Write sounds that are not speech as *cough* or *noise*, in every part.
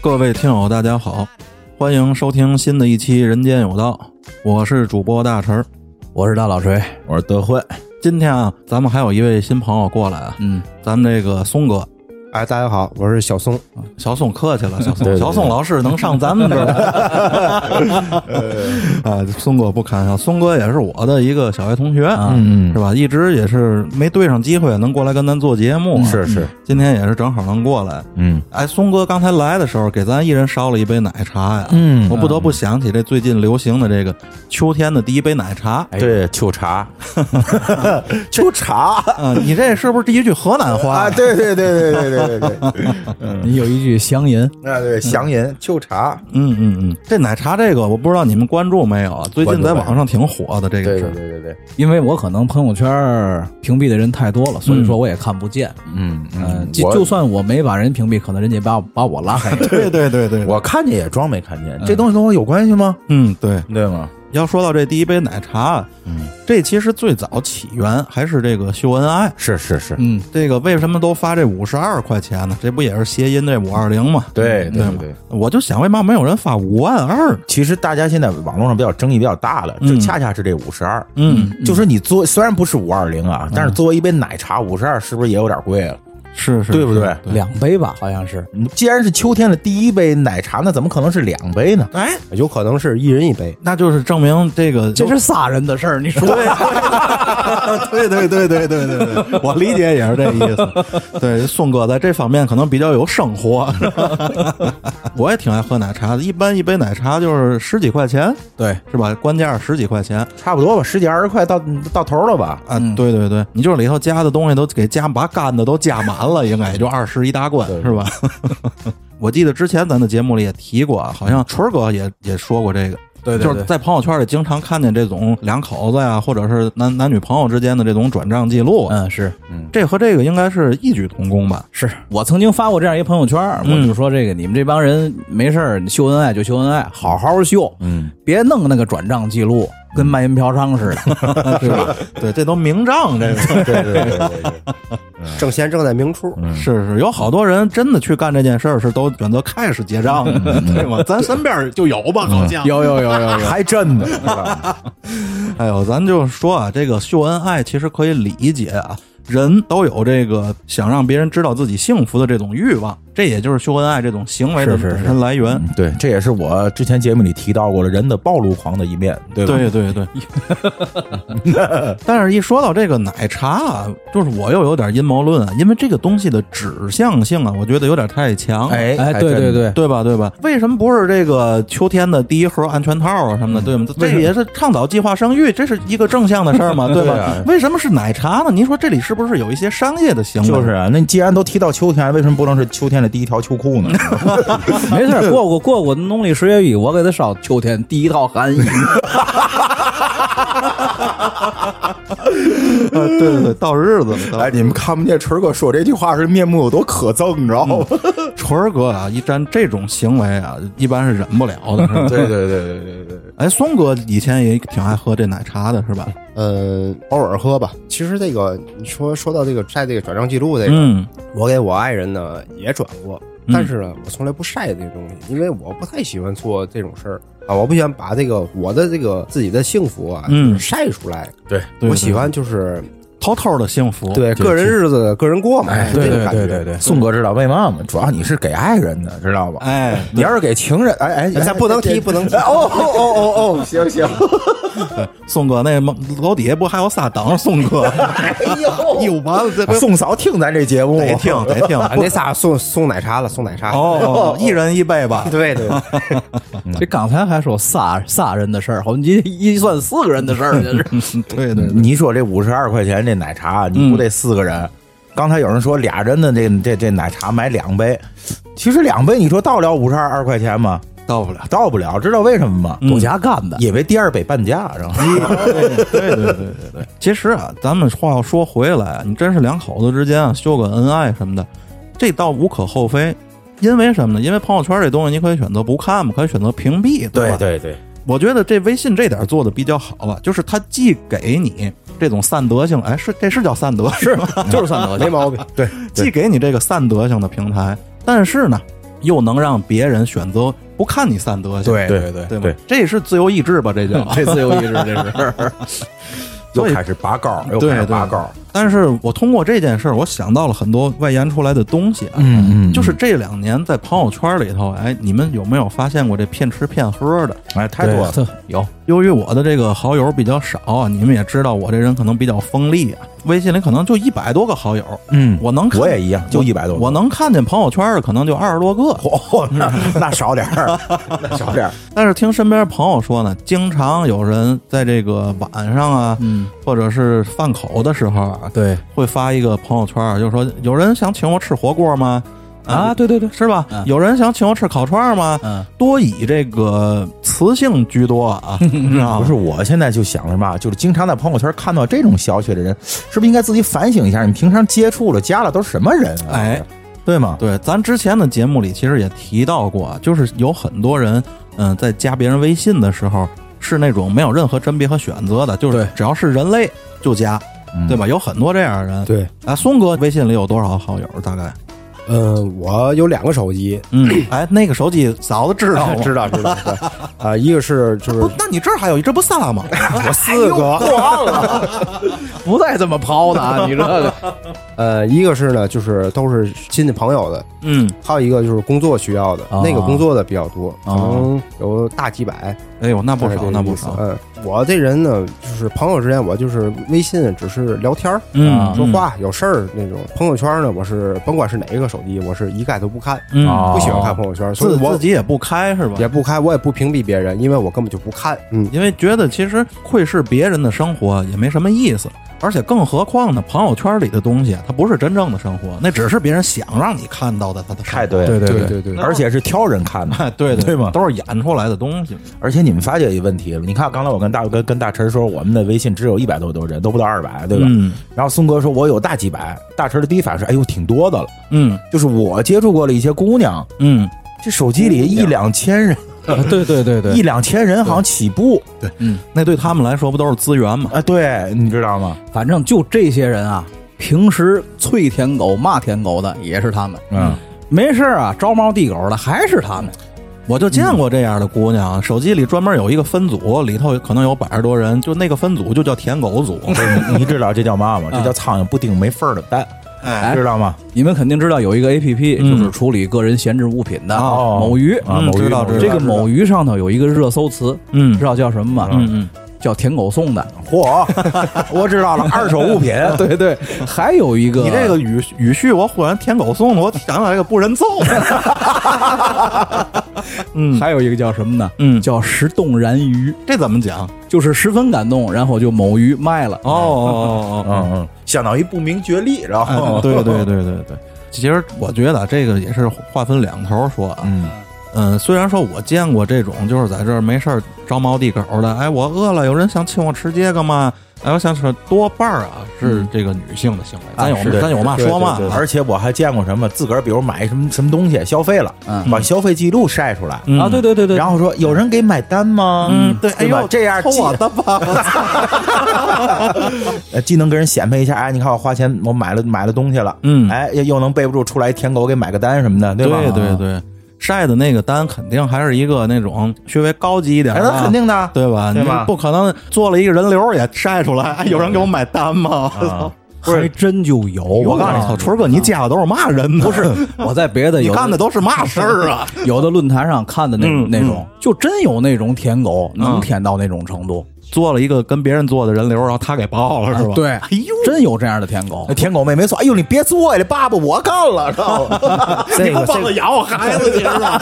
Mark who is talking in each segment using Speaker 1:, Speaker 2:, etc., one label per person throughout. Speaker 1: 各位听友，大家好，欢迎收听新的一期《人间有道》，我是主播大陈儿。
Speaker 2: 我是大老锤，
Speaker 3: 我是德惠，
Speaker 1: 今天啊，咱们还有一位新朋友过来啊，
Speaker 2: 嗯，
Speaker 1: 咱们这个松哥，
Speaker 4: 哎，大家好，我是小松。
Speaker 1: 小宋客气了，小宋，
Speaker 2: 对对对
Speaker 1: 小宋老师能上咱们这
Speaker 2: *laughs*
Speaker 1: 儿 *laughs* 啊？松哥不开玩笑，松哥也是我的一个小学同学啊，
Speaker 2: 嗯
Speaker 1: 是吧？一直也是没对上机会能过来跟咱做节目、啊，
Speaker 3: 是是，
Speaker 1: 今天也是正好能过来。
Speaker 3: 嗯，
Speaker 1: 哎，松哥刚才来的时候给咱一人烧了一杯奶茶呀，
Speaker 2: 嗯
Speaker 1: 我不得不想起这最近流行的这个秋天的第一杯奶茶。
Speaker 3: 对，秋 *laughs* 茶，
Speaker 2: 秋茶，
Speaker 3: 哎
Speaker 1: 啊，你这是不是第一句河南话
Speaker 4: 啊，
Speaker 1: 呀？
Speaker 4: 对对对对对对对对，
Speaker 3: 嗯
Speaker 2: 你有一句乡音，
Speaker 4: 啊对，祥银秋茶，
Speaker 1: 嗯嗯嗯，这奶茶这个我不知道你们关注没有啊？最近在网上挺火的这个
Speaker 4: 对
Speaker 1: 事
Speaker 4: 对
Speaker 1: 儿。
Speaker 4: 对对对，
Speaker 2: 因为我可能朋友圈儿屏蔽的人太多了，所以说我也看不见。
Speaker 3: 嗯
Speaker 2: 呃
Speaker 3: 嗯，
Speaker 2: 就
Speaker 3: 我
Speaker 2: 就算我没把人屏蔽，可能人家把我把我拉黑
Speaker 3: *laughs*
Speaker 2: 了。
Speaker 1: 对对对对，
Speaker 3: 我看见也装没看见，这
Speaker 2: 嗯
Speaker 3: 东西跟我有关系吗？
Speaker 1: 嗯对，
Speaker 3: 对吗？
Speaker 1: 要说到这第一杯奶茶，啊
Speaker 3: 嗯，
Speaker 1: 这其实最早起源还是这个秀恩爱。
Speaker 3: 是是是，
Speaker 2: 嗯，
Speaker 1: 这个为什么都发这五十二块钱呢？这不也是谐音这五二零吗？
Speaker 3: 对
Speaker 1: 对
Speaker 3: 对
Speaker 1: 吗
Speaker 3: 对。
Speaker 1: 我就想为嘛没有人发五万二？
Speaker 3: 其实大家现在网络上比较争议比较大了，就
Speaker 1: 嗯
Speaker 3: 恰恰是这五十二，
Speaker 1: 嗯，
Speaker 3: 就说你作虽然不是五二零啊，但是作为一杯奶茶，五十二是不是也有点贵了？
Speaker 1: 是是，
Speaker 3: 对不对？
Speaker 1: 对
Speaker 2: 两杯吧，好像是。
Speaker 3: 你既然是秋天的第一杯奶茶，那怎么可能是两杯呢？
Speaker 1: 哎，
Speaker 4: 有可能是一人一杯。
Speaker 1: 那 *laughs* 就是证明这个
Speaker 2: 这是仨人的事儿，你说
Speaker 1: 对对对对对对 *laughs* 对，我理解也是这意 *laughs* 思。对，宋哥在这方面可能比较有生 *laughs* 活。我也挺爱喝奶茶的，一般一杯奶茶就是十几块钱，
Speaker 2: 对，
Speaker 1: 是吧？官价十几块钱
Speaker 3: 差不多吧，十几二十块到到头了吧？
Speaker 1: 啊！
Speaker 2: 嗯
Speaker 1: 对对对，你就是里头加的东西都给加，把干的都加满了，应该
Speaker 2: *laughs*
Speaker 1: 也就二十一大关，是吧？ *laughs* 我记得之前咱的节目里也提过啊，好像春儿哥也也说过这个。
Speaker 2: 对对对
Speaker 1: 就是在朋友圈里经常看见这种两口子呀，或者是男男女朋友之间的这种转账记录啊，
Speaker 2: 嗯，是
Speaker 1: 这和这个应该是异曲同工吧？
Speaker 2: 是，我曾经发过这样一个朋友圈儿，
Speaker 3: 嗯
Speaker 2: 我就说这个你们这帮人没事儿秀恩爱就秀恩爱，好好秀，
Speaker 3: 嗯，
Speaker 2: 别弄那个转账记录跟卖淫嫖娼似
Speaker 3: 嗯
Speaker 2: 的。
Speaker 1: 是
Speaker 2: *laughs*
Speaker 1: 吧？呃对，这都明账，这个
Speaker 3: 对对对对对，
Speaker 4: 挣钱挣在明处，
Speaker 3: 嗯
Speaker 1: 是是，有好多人真的去干这件事儿，是都选择开始结账
Speaker 2: *laughs*
Speaker 1: 的，对吗？咱身边就有吧，好像。
Speaker 2: 有有有有有，
Speaker 3: 还真的，是吧
Speaker 1: 哎呦，咱就说啊，这个秀恩爱其实可以理解啊，人都有这个想让别人知道自己幸福的这种欲望，这也就是秀恩爱这种行为的
Speaker 2: 是是是
Speaker 1: 本身来源。
Speaker 3: 嗯对，这也是我之前节目里提到过了人的暴露狂的一面，对吧？
Speaker 1: 对对
Speaker 2: *laughs*
Speaker 1: 对，但是，一说到这个奶茶啊，就是我又有点阴谋论啊，因为这个东西的指向性啊，我觉得有点太强，
Speaker 3: 哎
Speaker 2: 哎，
Speaker 3: 还
Speaker 2: 对对
Speaker 3: 真 *laughs*
Speaker 2: 对，
Speaker 1: 对吧？对吧？为什么不是这个秋天的第一盒安全套啊什么的，对吗？这也是倡导计划生育，这是一个正向的事儿嘛，对吧？
Speaker 3: 对啊
Speaker 1: 为什么是奶茶呢？您说这里是不是有一些商业的行为？
Speaker 3: 就是啊，那你既然都提到秋天，为什么不能是秋天的第一条秋裤呢？
Speaker 2: 没事儿，过过过过农历十月一，我给他烧秋天第一套寒衣。
Speaker 1: 呃 *laughs* 对对对，到日子了。到
Speaker 3: *laughs* 哎，你们看不见锤哥说这句话是面目有多可憎，你知道吗？
Speaker 1: 锤儿哥啊，一沾这种行为啊，一般是忍不了的。是吧
Speaker 3: 嗯对对对对对对，
Speaker 1: 哎，松哥以前也挺爱喝这奶茶的，是吧？
Speaker 4: 呃，偶尔喝吧。其实这个你说说到这个晒这个转账记录这个，
Speaker 1: 嗯，
Speaker 4: 我给我爱人呢也转过，
Speaker 1: 嗯
Speaker 4: 但是呢，我从来不晒这个东西，因为我不太喜欢做这种事儿啊，我不喜欢把这个我的这个自己的幸福啊，
Speaker 1: 嗯
Speaker 4: 就是晒出来。
Speaker 3: 对
Speaker 1: 对哦
Speaker 4: 我喜欢就是
Speaker 1: 偷偷的幸福。
Speaker 4: 对个人日子个人过嘛，
Speaker 3: 哎，
Speaker 4: 就这种
Speaker 3: 对
Speaker 4: 感
Speaker 3: 对
Speaker 4: 觉
Speaker 3: 对对，宋哥知道为嘛吗？主要你是给爱人的，知道吧？
Speaker 1: 哎，
Speaker 3: 你要是给情人，哎哎，
Speaker 4: 咱不能提，不能提。
Speaker 3: 哦哦哦哦哦，行行，
Speaker 1: 宋哥那门楼底下不还有仨等着宋哥？哎呦，完了，这不
Speaker 3: 宋嫂听咱这节目吗
Speaker 1: 得听得听。
Speaker 4: *laughs* 啊，那仨送送奶茶了，送奶茶。
Speaker 1: 哦，一人一杯吧。
Speaker 4: *laughs* 对对，
Speaker 2: 这刚才还说仨仨人的事儿，好，你一算四个人的事儿，这是
Speaker 1: 对对，
Speaker 3: 嗯你说这五十二块钱这奶茶，你不得四个人？刚才有人说俩人的这这这奶茶买两杯，其实两杯你说到了五十二二块钱吗？
Speaker 1: 到不了。
Speaker 3: 到不了，知道为什么吗？
Speaker 2: 杜家干的。
Speaker 3: 因为第二杯半价，
Speaker 1: *laughs*
Speaker 3: 然后
Speaker 1: 对对对对对。其实啊，咱们话要说回来，你真是两口子之间啊，秀个恩爱什么的，这倒无可厚非。因为什么呢？因为朋友圈这东西，你可以选择不看嘛，可以选择屏蔽，吧？
Speaker 3: *laughs* 对对，
Speaker 1: 我觉得这微信这点做的比较好了，就是它既给你这种散德性，哎，是这是叫散德 *laughs* 是吗？
Speaker 2: 就是算得
Speaker 4: 没毛病。
Speaker 3: 对
Speaker 1: 既给你这个散德性的平台，但是呢，又能让别人选择不看你散德行，
Speaker 2: 对
Speaker 3: 对
Speaker 2: 对，
Speaker 1: 对
Speaker 3: 对
Speaker 1: 吗？这是自由意志吧？这叫
Speaker 2: 这自由意志这是
Speaker 3: 又
Speaker 1: 所以
Speaker 3: 开始拔高，又
Speaker 1: 对
Speaker 3: 开始
Speaker 1: 对
Speaker 3: 拔高，
Speaker 1: 但是我通过这件事儿，我想到了很多外延出来的东西啊。
Speaker 3: 嗯嗯
Speaker 1: 就是这两年在朋友圈里头，哎，你们有没有发现过这骗吃骗喝的？
Speaker 3: 哎，太多了，
Speaker 2: 对有
Speaker 1: 由于我的这个好友比较少啊，你们也知道我这人可能比较锋利啊，微信里可能就一百多个好友，
Speaker 3: 嗯， *laughs*
Speaker 1: 我能看
Speaker 3: 我也一样，就一百多，
Speaker 1: 我能看见朋友圈的可能就二十多个，
Speaker 3: 嚯，那哦那少点儿， *laughs* 那少点儿，
Speaker 1: 但是听身边朋友说呢，经常有人在这个晚上啊，
Speaker 2: 嗯
Speaker 1: 或者是饭口的时候啊，
Speaker 2: 对
Speaker 1: 会发一个朋友圈，就是说有人想请我吃火锅吗？
Speaker 2: 啊，对对对，
Speaker 1: 是吧？
Speaker 2: 嗯
Speaker 1: 有人想请我吃烤串吗？
Speaker 2: 嗯
Speaker 1: 多以这个雌性居多
Speaker 2: *laughs*
Speaker 1: 啊，你知道
Speaker 3: 不
Speaker 1: 吗？
Speaker 3: 是，我现在就想着嘛，就是经常在朋友圈看到这种消息的人，是不是应该自己反省一下，你平常接触了、加了都是什么人、啊？
Speaker 1: 哎，
Speaker 3: 对吗？
Speaker 1: 对，咱之前的节目里其实也提到过啊，就是有很多人，嗯、在加别人微信的时候是那种没有任何甄别和选择的，就是
Speaker 2: 对
Speaker 1: 只要是人类就加，
Speaker 3: 嗯
Speaker 1: 对吧？有很多这样的人。
Speaker 4: 对，
Speaker 1: 啊，松哥微信里有多少好友？大概？
Speaker 4: 嗯，我有两个手机，
Speaker 1: 嗯，哎，那个手机嫂子知道吗？
Speaker 2: *laughs*
Speaker 4: 知道知道，对啊，一个是就
Speaker 1: 哦不
Speaker 4: 是，
Speaker 1: 那你这儿还有一，这不仨吗？
Speaker 4: 我四个，
Speaker 2: *laughs* 不带这么抛的啊，你这个
Speaker 4: 呃，一个是呢，就是都是亲戚朋友的，
Speaker 1: 嗯，
Speaker 4: 还有一个就是工作需要的，
Speaker 2: 啊
Speaker 4: 那个工作的比较多，可
Speaker 2: 啊
Speaker 4: 能有大几百，
Speaker 1: 哎呦，那不
Speaker 4: 大概这
Speaker 1: 少，
Speaker 4: 个
Speaker 1: 那不
Speaker 4: 意思
Speaker 1: 少。
Speaker 4: 嗯，我这人呢，就是朋友之间，我就是微信只是聊天儿、
Speaker 1: 嗯，
Speaker 4: 呃说，话、有事儿那种。朋友圈呢，我是甭管是哪一个手机，我是一概都不看，
Speaker 1: 嗯，
Speaker 2: 哦
Speaker 4: 不喜欢看朋友圈，啊所
Speaker 1: 自
Speaker 4: 以我
Speaker 1: 自己也不开是吧？
Speaker 4: 也不开，我也不屏蔽别人，因为我根本就不看。嗯，
Speaker 1: 因为觉得其实窥视别人的生活也没什么意思，而且更何况呢，朋友圈里的东西它不是真正的生活，那只是别人想让你看到的他的生活。
Speaker 3: 太对了，
Speaker 2: 对对
Speaker 4: 对嗯对对，
Speaker 3: 而且是挑人看的。
Speaker 1: 哎， *laughs* 对对
Speaker 3: 对嘛
Speaker 1: 都是演出来的东西。
Speaker 3: 而且你们发现一个问题了，你看刚才我跟大跟跟大陈说，我们的微信只有一百多多人，都不到二百，对吧？
Speaker 1: 嗯
Speaker 3: 然后松哥说我有大几百，大陈的第一反应是，哎呦，挺多的了。
Speaker 1: 嗯
Speaker 3: 就是我接触过了一些姑娘，
Speaker 1: 嗯，
Speaker 3: 这手机里一两千人，
Speaker 2: 对对对
Speaker 3: *laughs* 一
Speaker 2: 对，
Speaker 3: 两千人好像起步
Speaker 1: 那对他们来说不都是资源吗？
Speaker 3: 啊，对，你知道吗？
Speaker 2: 反正就这些人啊，平时啐舔狗骂舔狗的也是他们，
Speaker 3: 嗯，
Speaker 2: 没事儿啊招猫递狗的还是他们，
Speaker 1: 我就见过这样的姑娘，啊手机里专门有一个分组，里头可能有百十多人，就那个分组就叫舔狗
Speaker 4: *laughs*
Speaker 1: 组。
Speaker 3: 你你知道这叫嘛吗？
Speaker 2: 嗯
Speaker 3: 这叫苍蝇不叮没缝儿的蛋，
Speaker 1: 哎
Speaker 3: 知道吗？
Speaker 2: 你们肯定知道有一个 A P P
Speaker 1: 嗯
Speaker 2: 就是处理个人闲置物品的
Speaker 3: 哦
Speaker 2: 某鱼，
Speaker 3: 啊，
Speaker 1: 嗯
Speaker 3: 某鱼
Speaker 1: 知道
Speaker 3: 某鱼
Speaker 1: 知
Speaker 2: 这
Speaker 1: 道
Speaker 2: 个某鱼上头有一个热搜词，
Speaker 1: 嗯
Speaker 2: 知道叫什么吗？
Speaker 1: 嗯嗯，
Speaker 2: 叫舔狗送的。
Speaker 1: *laughs*
Speaker 3: 嚯，我知道了，二手物品，
Speaker 2: *laughs* 对对，还有一个
Speaker 1: 你这个语语序，我忽然舔狗送的，我想起来个不人揍。嗯，
Speaker 2: 还有一个叫什么呢？
Speaker 1: 嗯
Speaker 2: 叫十动燃鱼，
Speaker 1: 这怎么讲？
Speaker 2: 就是十分感动，然后就某鱼卖了。
Speaker 1: 哦哦哦
Speaker 3: 嗯嗯，相当于不明觉厉，然
Speaker 1: 哦
Speaker 3: 后，
Speaker 1: 对对，对对对。其实我觉得啊这个也是划分两头说啊，
Speaker 3: 嗯，
Speaker 1: 嗯，虽然说我见过这种就是在这儿没事儿招猫递狗的，哎，我饿了，有人想请我吃这个吗？哎，我想吃，多半儿啊是这个女性的行为，咱
Speaker 2: 啊是
Speaker 1: 有
Speaker 3: 对
Speaker 1: 咱有嘛
Speaker 4: 对对
Speaker 1: 说嘛啊
Speaker 4: 对，
Speaker 1: 而
Speaker 3: *laughs* 而且我还见过什么，自个儿比如买什么什么东西消费了，
Speaker 2: 嗯
Speaker 3: 把消费记录晒出来，
Speaker 1: 嗯
Speaker 2: 啊，对对对对，
Speaker 3: 然后说有人给买单吗？
Speaker 1: 嗯对，哎
Speaker 3: 对吧
Speaker 1: 呦，
Speaker 3: 这样
Speaker 1: 偷
Speaker 3: 既
Speaker 1: 我的吧，
Speaker 3: 呃既能给人显摆一下，哎，你看我花钱我买了买了东西了，
Speaker 1: 嗯
Speaker 3: 哎，又又能备不住出来舔狗给买个单什么的，吧？
Speaker 1: 对对对，晒的那个单肯定还是一个那种稍微高级一点
Speaker 3: 哎，
Speaker 1: 的，
Speaker 3: 那肯定的，
Speaker 1: 对吧？
Speaker 3: 对吧
Speaker 1: 你不可能做了一个人流也晒出来，哎 *laughs* 有人给我买单吗？
Speaker 3: 啊
Speaker 2: 还真就有。
Speaker 1: 我
Speaker 2: 我
Speaker 1: 告诉你，
Speaker 2: 啊
Speaker 1: 操，春儿哥，你加的都是嘛人呢？不是，
Speaker 2: 我在别 *laughs* 的
Speaker 1: *laughs* 你
Speaker 2: 有
Speaker 1: 干的都是嘛事儿
Speaker 2: *laughs*
Speaker 1: 啊？
Speaker 2: 有的论坛上看的那
Speaker 1: 嗯
Speaker 2: 那种，就真有那种舔狗能
Speaker 1: 嗯
Speaker 2: 舔到那种程度，
Speaker 1: 做了一个跟别人做的人流，然后他给爆了，是吧？
Speaker 2: 啊对，
Speaker 1: 哎
Speaker 2: *laughs*
Speaker 1: 呦，
Speaker 2: 真有这样的舔狗
Speaker 3: 那。舔狗妹没错，哎呦，你别做呀，这爸爸我干了，知道吗？
Speaker 4: 这个这个
Speaker 1: 养我孩子去是吧？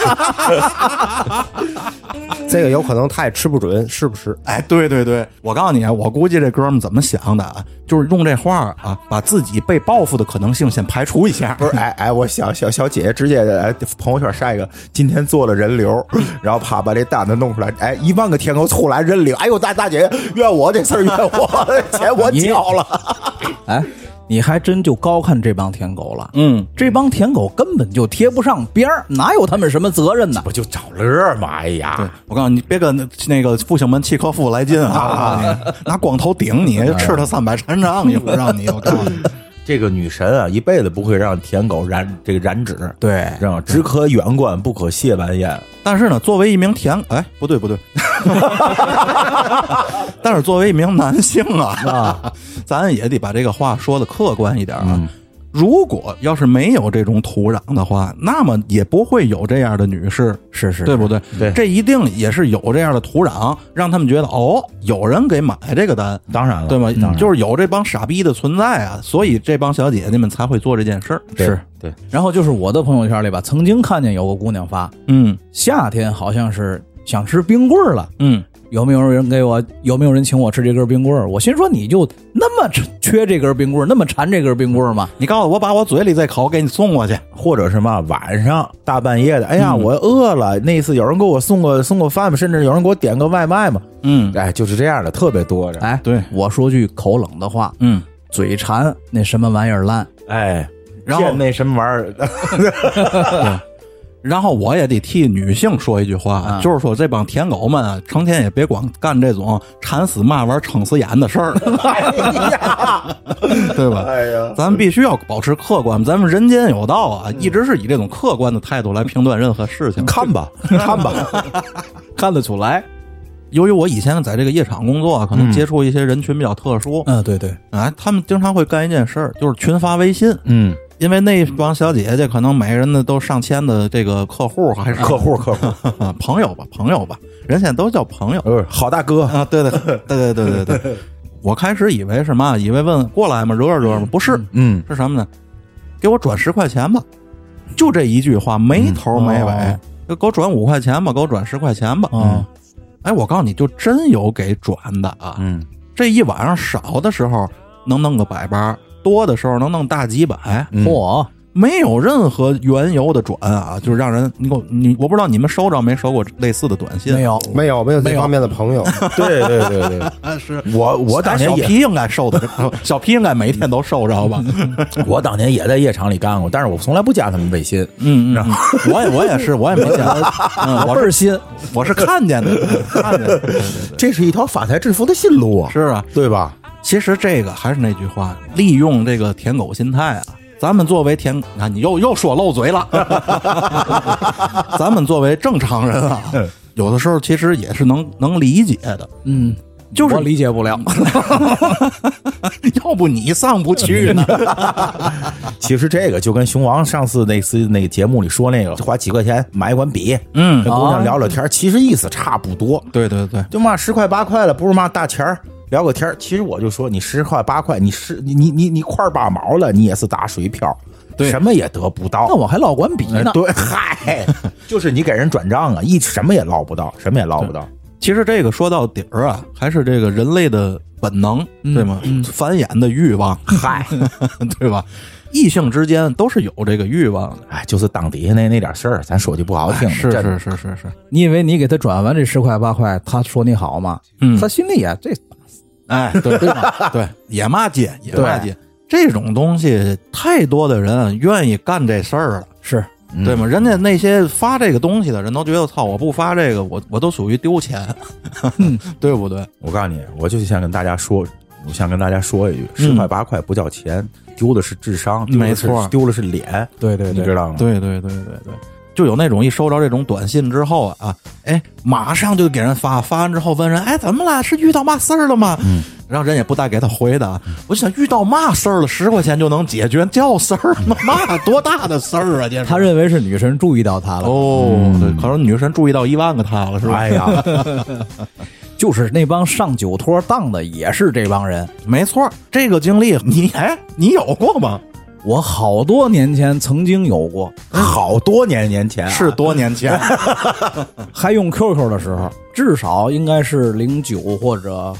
Speaker 4: 这个有可能他也吃不准是不是？
Speaker 1: 哎，对对对，我告诉你，啊我估计这哥们怎么想的啊？就是用这话儿啊，把自己被报复的可能性先排除一下。
Speaker 3: 不是，哎哎，我小小小姐姐直接哎朋友圈晒一个今天做了人流，然后啪把这单子弄出来，哎，一万个舔狗出来人流，哎呦大大姐，怨我这事儿怨我， *laughs* 钱我交了，
Speaker 2: 哎，你还真就高看这帮舔狗了。
Speaker 1: 嗯，
Speaker 2: 这帮舔狗根本就贴不上边儿，哪有他们什么责任呢？
Speaker 3: 不就找乐吗？哎呀，
Speaker 1: 我告诉你，你别跟那那个复兴门契诃
Speaker 2: 啊哎嗯
Speaker 1: 夫来劲啊！我告诉你拿光头顶你，吃他三百禅杖去！我让你，我告诉你，
Speaker 3: 这个女神啊，一辈子不会让舔狗染这个染指，
Speaker 2: 对，
Speaker 3: 知道吗？只可远观，不可亵玩焉。
Speaker 1: 但是呢，作为一名舔，哎，不对不
Speaker 2: *laughs*
Speaker 1: 对，但是作为一名男性啊，咱也得把这个话说的客观一点啊。
Speaker 2: 嗯
Speaker 1: 如果要是没有这种土壤的话，那么也不会有这样的女士，
Speaker 2: 是是，
Speaker 1: 对不对？
Speaker 3: 对
Speaker 1: 这一定也是有这样的土壤，让他们觉得哦，有人给买这个单，
Speaker 3: 当然了，
Speaker 1: 对吗？
Speaker 3: 嗯
Speaker 1: 就是有这帮傻逼的存在啊，所以这帮小姐姐们才会做这件事儿。
Speaker 3: 对
Speaker 2: 是
Speaker 3: 对，
Speaker 2: 然后就是我的朋友圈里吧，曾经看见有个姑娘发，
Speaker 1: 嗯
Speaker 2: 夏天好像是想吃冰棍儿了，
Speaker 1: 嗯，
Speaker 2: 有没有人给我？有没有人请我吃这根冰棍儿？我心说你就那么缺这根冰棍儿，那么馋这根冰棍儿吗？
Speaker 1: 你告诉我，把我嘴里这口给你送过去。
Speaker 3: 或者是嘛，晚上大半夜的，哎呀，我饿了。那次有人给我送个送个饭嘛，甚至有人给我点个外卖嘛，
Speaker 1: 嗯
Speaker 3: 哎，就是这样的，特别多的。
Speaker 2: 哎，
Speaker 1: 对
Speaker 2: 我说句口冷的话，
Speaker 1: 嗯，
Speaker 2: 嘴馋那什么玩意儿烂，
Speaker 3: 哎，
Speaker 1: 然后
Speaker 3: 见那什么玩意儿， *laughs*
Speaker 1: 然后我也得替女性说一句话，
Speaker 2: 啊
Speaker 1: 就是说这帮舔狗们啊，成天也别光干这种馋死嘛玩意儿撑死眼的事
Speaker 3: *laughs*
Speaker 1: 儿，对吧？
Speaker 3: 哎呀，嗯
Speaker 1: 咱们必须要保持客观，咱们人间有道啊，一直是以这种客观的态度来评断任何事情。
Speaker 3: 看吧，看吧，
Speaker 2: 看得出来。
Speaker 1: 由于我以前在这个夜场工作啊，可能接触一些人群比较特殊，
Speaker 2: 嗯，对对，
Speaker 1: 啊，他们经常会干一件事儿，就是群发微信，
Speaker 3: 嗯，
Speaker 1: 因为那帮小姐姐可能每个人的都上千的这个客户还是
Speaker 3: 客户客户，
Speaker 1: 啊 *laughs* 朋友吧，朋友吧，人现在都叫朋友
Speaker 3: 呃，好大哥，
Speaker 1: 啊，对对对对对对
Speaker 3: *laughs*
Speaker 1: 对。我开始以为是嘛，以为问过来嘛，惹惹嘛，不是，
Speaker 3: 嗯，
Speaker 1: 是什么呢？给我转十块钱吧，就这一句话，没头没尾，
Speaker 2: 嗯
Speaker 1: 给我转五块钱吧，给我转十块钱吧。
Speaker 2: 嗯，
Speaker 1: 哎，我告诉你，就真有给转的啊，
Speaker 3: 嗯，
Speaker 1: 这一晚上少的时候能弄个百八，多的时候能弄大几百，
Speaker 3: 嗯
Speaker 2: 嚯、
Speaker 1: 没有任何缘由的转啊，就是让人你给我你，我不知道你们收着没收过类似的短信，
Speaker 2: 没有，
Speaker 4: 没有没有这
Speaker 2: 没有
Speaker 4: 方面的朋友，
Speaker 3: *laughs* 对对对对，
Speaker 1: 啊？是
Speaker 3: 我我当年
Speaker 1: 小
Speaker 3: 也
Speaker 1: 皮应该收的，小皮应该每天都收着吧？
Speaker 3: 我当年也在夜场里干过，但是我从来不加他们微信。
Speaker 1: 嗯，嗯，嗯我也我也是，我也没 *laughs* 见过，嗯，
Speaker 2: 我
Speaker 1: 我
Speaker 2: 倍
Speaker 1: 是
Speaker 2: 儿新，
Speaker 1: 我是看见 *laughs* 的，看见的，对对对
Speaker 3: 这是一条发财致富的新路啊，
Speaker 1: *laughs* 是啊。
Speaker 3: 对吧？
Speaker 1: 其实这个还是那句话，利用这个舔狗心态啊，咱们作为舔，啊，你又又说漏嘴了， *laughs* 咱们作为正常人啊，有的时候其实也是能能理解的，
Speaker 2: 嗯，
Speaker 1: 就是
Speaker 2: 我理解不了。
Speaker 1: *laughs* 要不你上不去呢。
Speaker 3: *laughs* 其实这个就跟熊王上次那次那个节目里说那个，花几块钱买一管笔，
Speaker 1: 嗯
Speaker 3: 跟姑娘聊聊天，其实意思差不多，
Speaker 1: *laughs* 对对对，
Speaker 3: 就嘛十块八块的，不是嘛大钱儿。聊个天儿，其实我就说，你十块八块，你是你你你你块八毛了，你也是打水漂，
Speaker 1: 对
Speaker 3: 什么也得不到。
Speaker 2: 那我还老管笔
Speaker 3: 哎 *laughs*
Speaker 2: 呢，
Speaker 3: 对，嗨，就是你给人转账啊，一什么也捞不到，什么也捞不到。
Speaker 1: 其实这个说到底儿啊，还是这个人类的本能，对吗？繁衍的欲望，
Speaker 3: 嗨，
Speaker 1: *laughs* 对吧？异性之间都是有这个欲望的，
Speaker 3: 哎，就是当底下那那点事儿，咱说句不好听的，
Speaker 1: 哎是
Speaker 3: 真的
Speaker 1: 是是是是，
Speaker 2: 你以为你给他转完这十块八块，他说你好吗？
Speaker 1: 嗯
Speaker 2: 他心里也这
Speaker 1: 哎，对对吧？对，野骂街，野骂
Speaker 2: 对
Speaker 1: 街，这种东西太多的人啊愿意干这事儿了，
Speaker 2: 是
Speaker 1: 对吗？人家那些发这个东西的人都觉得，操，我不发这个，我我都属于丢钱， *laughs* 对不对？
Speaker 3: 我告诉你，我就想跟大家说，我想跟大家说一句，十块八块不叫钱，丢的是智商，
Speaker 1: 嗯
Speaker 3: 丢的
Speaker 1: 没
Speaker 3: 是
Speaker 1: 错
Speaker 3: 丢的是脸，
Speaker 2: 对对
Speaker 3: 你
Speaker 2: 对
Speaker 3: 知道吗？
Speaker 1: 对对对对对，就有那种一收着这种短信之后啊，哎，马上就给人发，发完之后问人，哎，怎么了？是遇到嘛事儿了吗？嗯，然后人也不带给他回的，我就想遇到嘛事儿了，十块钱就能解决，叫事儿吗？嘛 *laughs* 多大的事儿啊，这是。
Speaker 2: 他认为是女神注意到他了，
Speaker 1: 哦，对，可能女神注意到一万个他了，是吧？*laughs*
Speaker 3: 哎呀，
Speaker 2: 就是那帮上酒托当的也是这帮人。
Speaker 1: 没错儿，这个经历你哎，你有过吗？
Speaker 2: 我好多年前曾经有过，嗯
Speaker 3: 好多年年前、啊、
Speaker 1: 哎 *laughs* 是多年前，
Speaker 2: 还用 QQ 的时候，至少应该是零九或者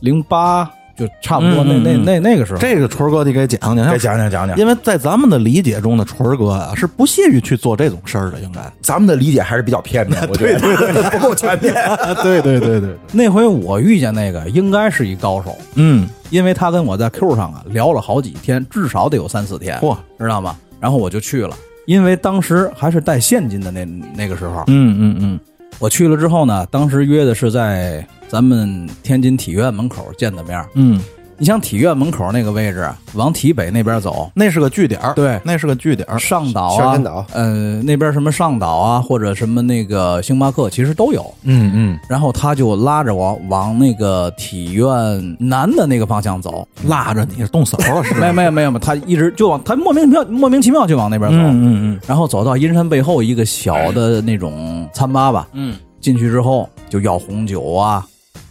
Speaker 2: 零八，就差不多那、
Speaker 1: 嗯嗯
Speaker 2: 那
Speaker 1: 嗯
Speaker 2: 那那个时候。
Speaker 1: 这个春儿哥你给讲讲
Speaker 3: 再，讲讲讲讲，
Speaker 1: 因为在咱们的理解中的春儿哥啊，是不屑于去做这种事儿的，应该。
Speaker 3: 咱们的理解还是比较片面，我觉得不够全面。
Speaker 1: 啊对对对对，
Speaker 2: 那回我遇见那个应该是一高手，
Speaker 1: 嗯，
Speaker 2: 因为他跟我在 Q 上啊聊了好几天，至少得有三四天，
Speaker 1: 嚯，
Speaker 2: 知道吗？然后我就去了，因为当时还是带现金的那那个时候，
Speaker 1: 嗯嗯嗯，
Speaker 2: 我去了之后呢，当时约的是在咱们天津体院门口见的面儿。
Speaker 1: 嗯
Speaker 2: 你像体院门口那个位置，往体北那边走，
Speaker 1: 那是个据点儿，
Speaker 2: 对
Speaker 1: 那是个据点儿。
Speaker 2: 上岛
Speaker 4: 小
Speaker 2: 啊
Speaker 4: 根岛，
Speaker 2: 呃，那边什么上岛啊，或者什么那个星巴克，其实都有。
Speaker 1: 嗯嗯，
Speaker 2: 然后他就拉着我往那个体院南的那个方向走，
Speaker 1: 拉着你是动手了是吧？
Speaker 2: 没有没有没有，他一直就往他莫名其妙莫名其妙就往那边走，
Speaker 1: 嗯嗯
Speaker 2: 然后走到阴山背后一个小的那种餐吧吧，
Speaker 1: 嗯
Speaker 2: 进去之后就要红酒啊，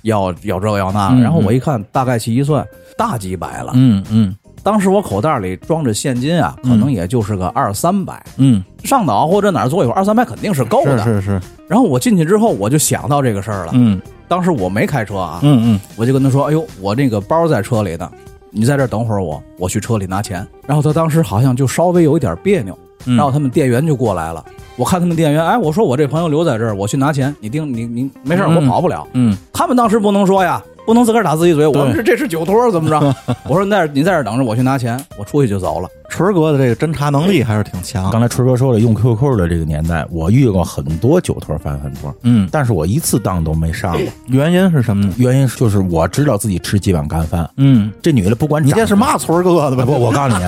Speaker 2: 要要这个要那个，
Speaker 1: 嗯
Speaker 2: 然后我一看，大概其一算，大几百了。
Speaker 1: 嗯嗯
Speaker 2: 当时我口袋里装着现金啊，可能也就是个二三百。
Speaker 1: 嗯
Speaker 2: 上岛或者哪儿坐一会儿，二三百肯定是够
Speaker 1: 嗯，
Speaker 2: 的。
Speaker 1: 是是是，
Speaker 2: 然后我进去之后，我就想到这个事儿了。
Speaker 1: 嗯
Speaker 2: 当时我没开车啊，
Speaker 1: 嗯
Speaker 2: 我就跟他说：“哎呦，我那个包在车里呢，你在这儿等会儿我，我去车里拿钱。”然后他当时好像就稍微有一点别扭，
Speaker 1: 嗯，
Speaker 2: 然后他们店员就过来了。我看他们店员，哎，我说我这朋友留在这儿，我去拿钱，你盯你你没事儿，
Speaker 1: 嗯
Speaker 2: 我跑不了。
Speaker 1: 嗯
Speaker 2: 他们当时不能说呀，不能自个儿打自己嘴，
Speaker 1: 对
Speaker 2: 我们是这是酒托怎么着？
Speaker 1: *laughs*
Speaker 2: 我说那儿你在这儿等着，我去拿钱，我出去就走了。
Speaker 1: 池哥的这个侦查能力还是挺强。
Speaker 3: *laughs* 刚才春哥说了，用 QQ 的这个年代，我遇过很多酒托翻饭托，
Speaker 1: 嗯，
Speaker 3: 但是我一次当都没上过，
Speaker 1: 原因是什么呢？
Speaker 3: 原因就是我知道自己吃几碗干饭。
Speaker 1: 嗯，
Speaker 3: 这女的不管
Speaker 1: 你
Speaker 3: 长
Speaker 1: 这
Speaker 3: 得
Speaker 1: 是骂村儿哥的吧？
Speaker 3: 啊不，我告诉你，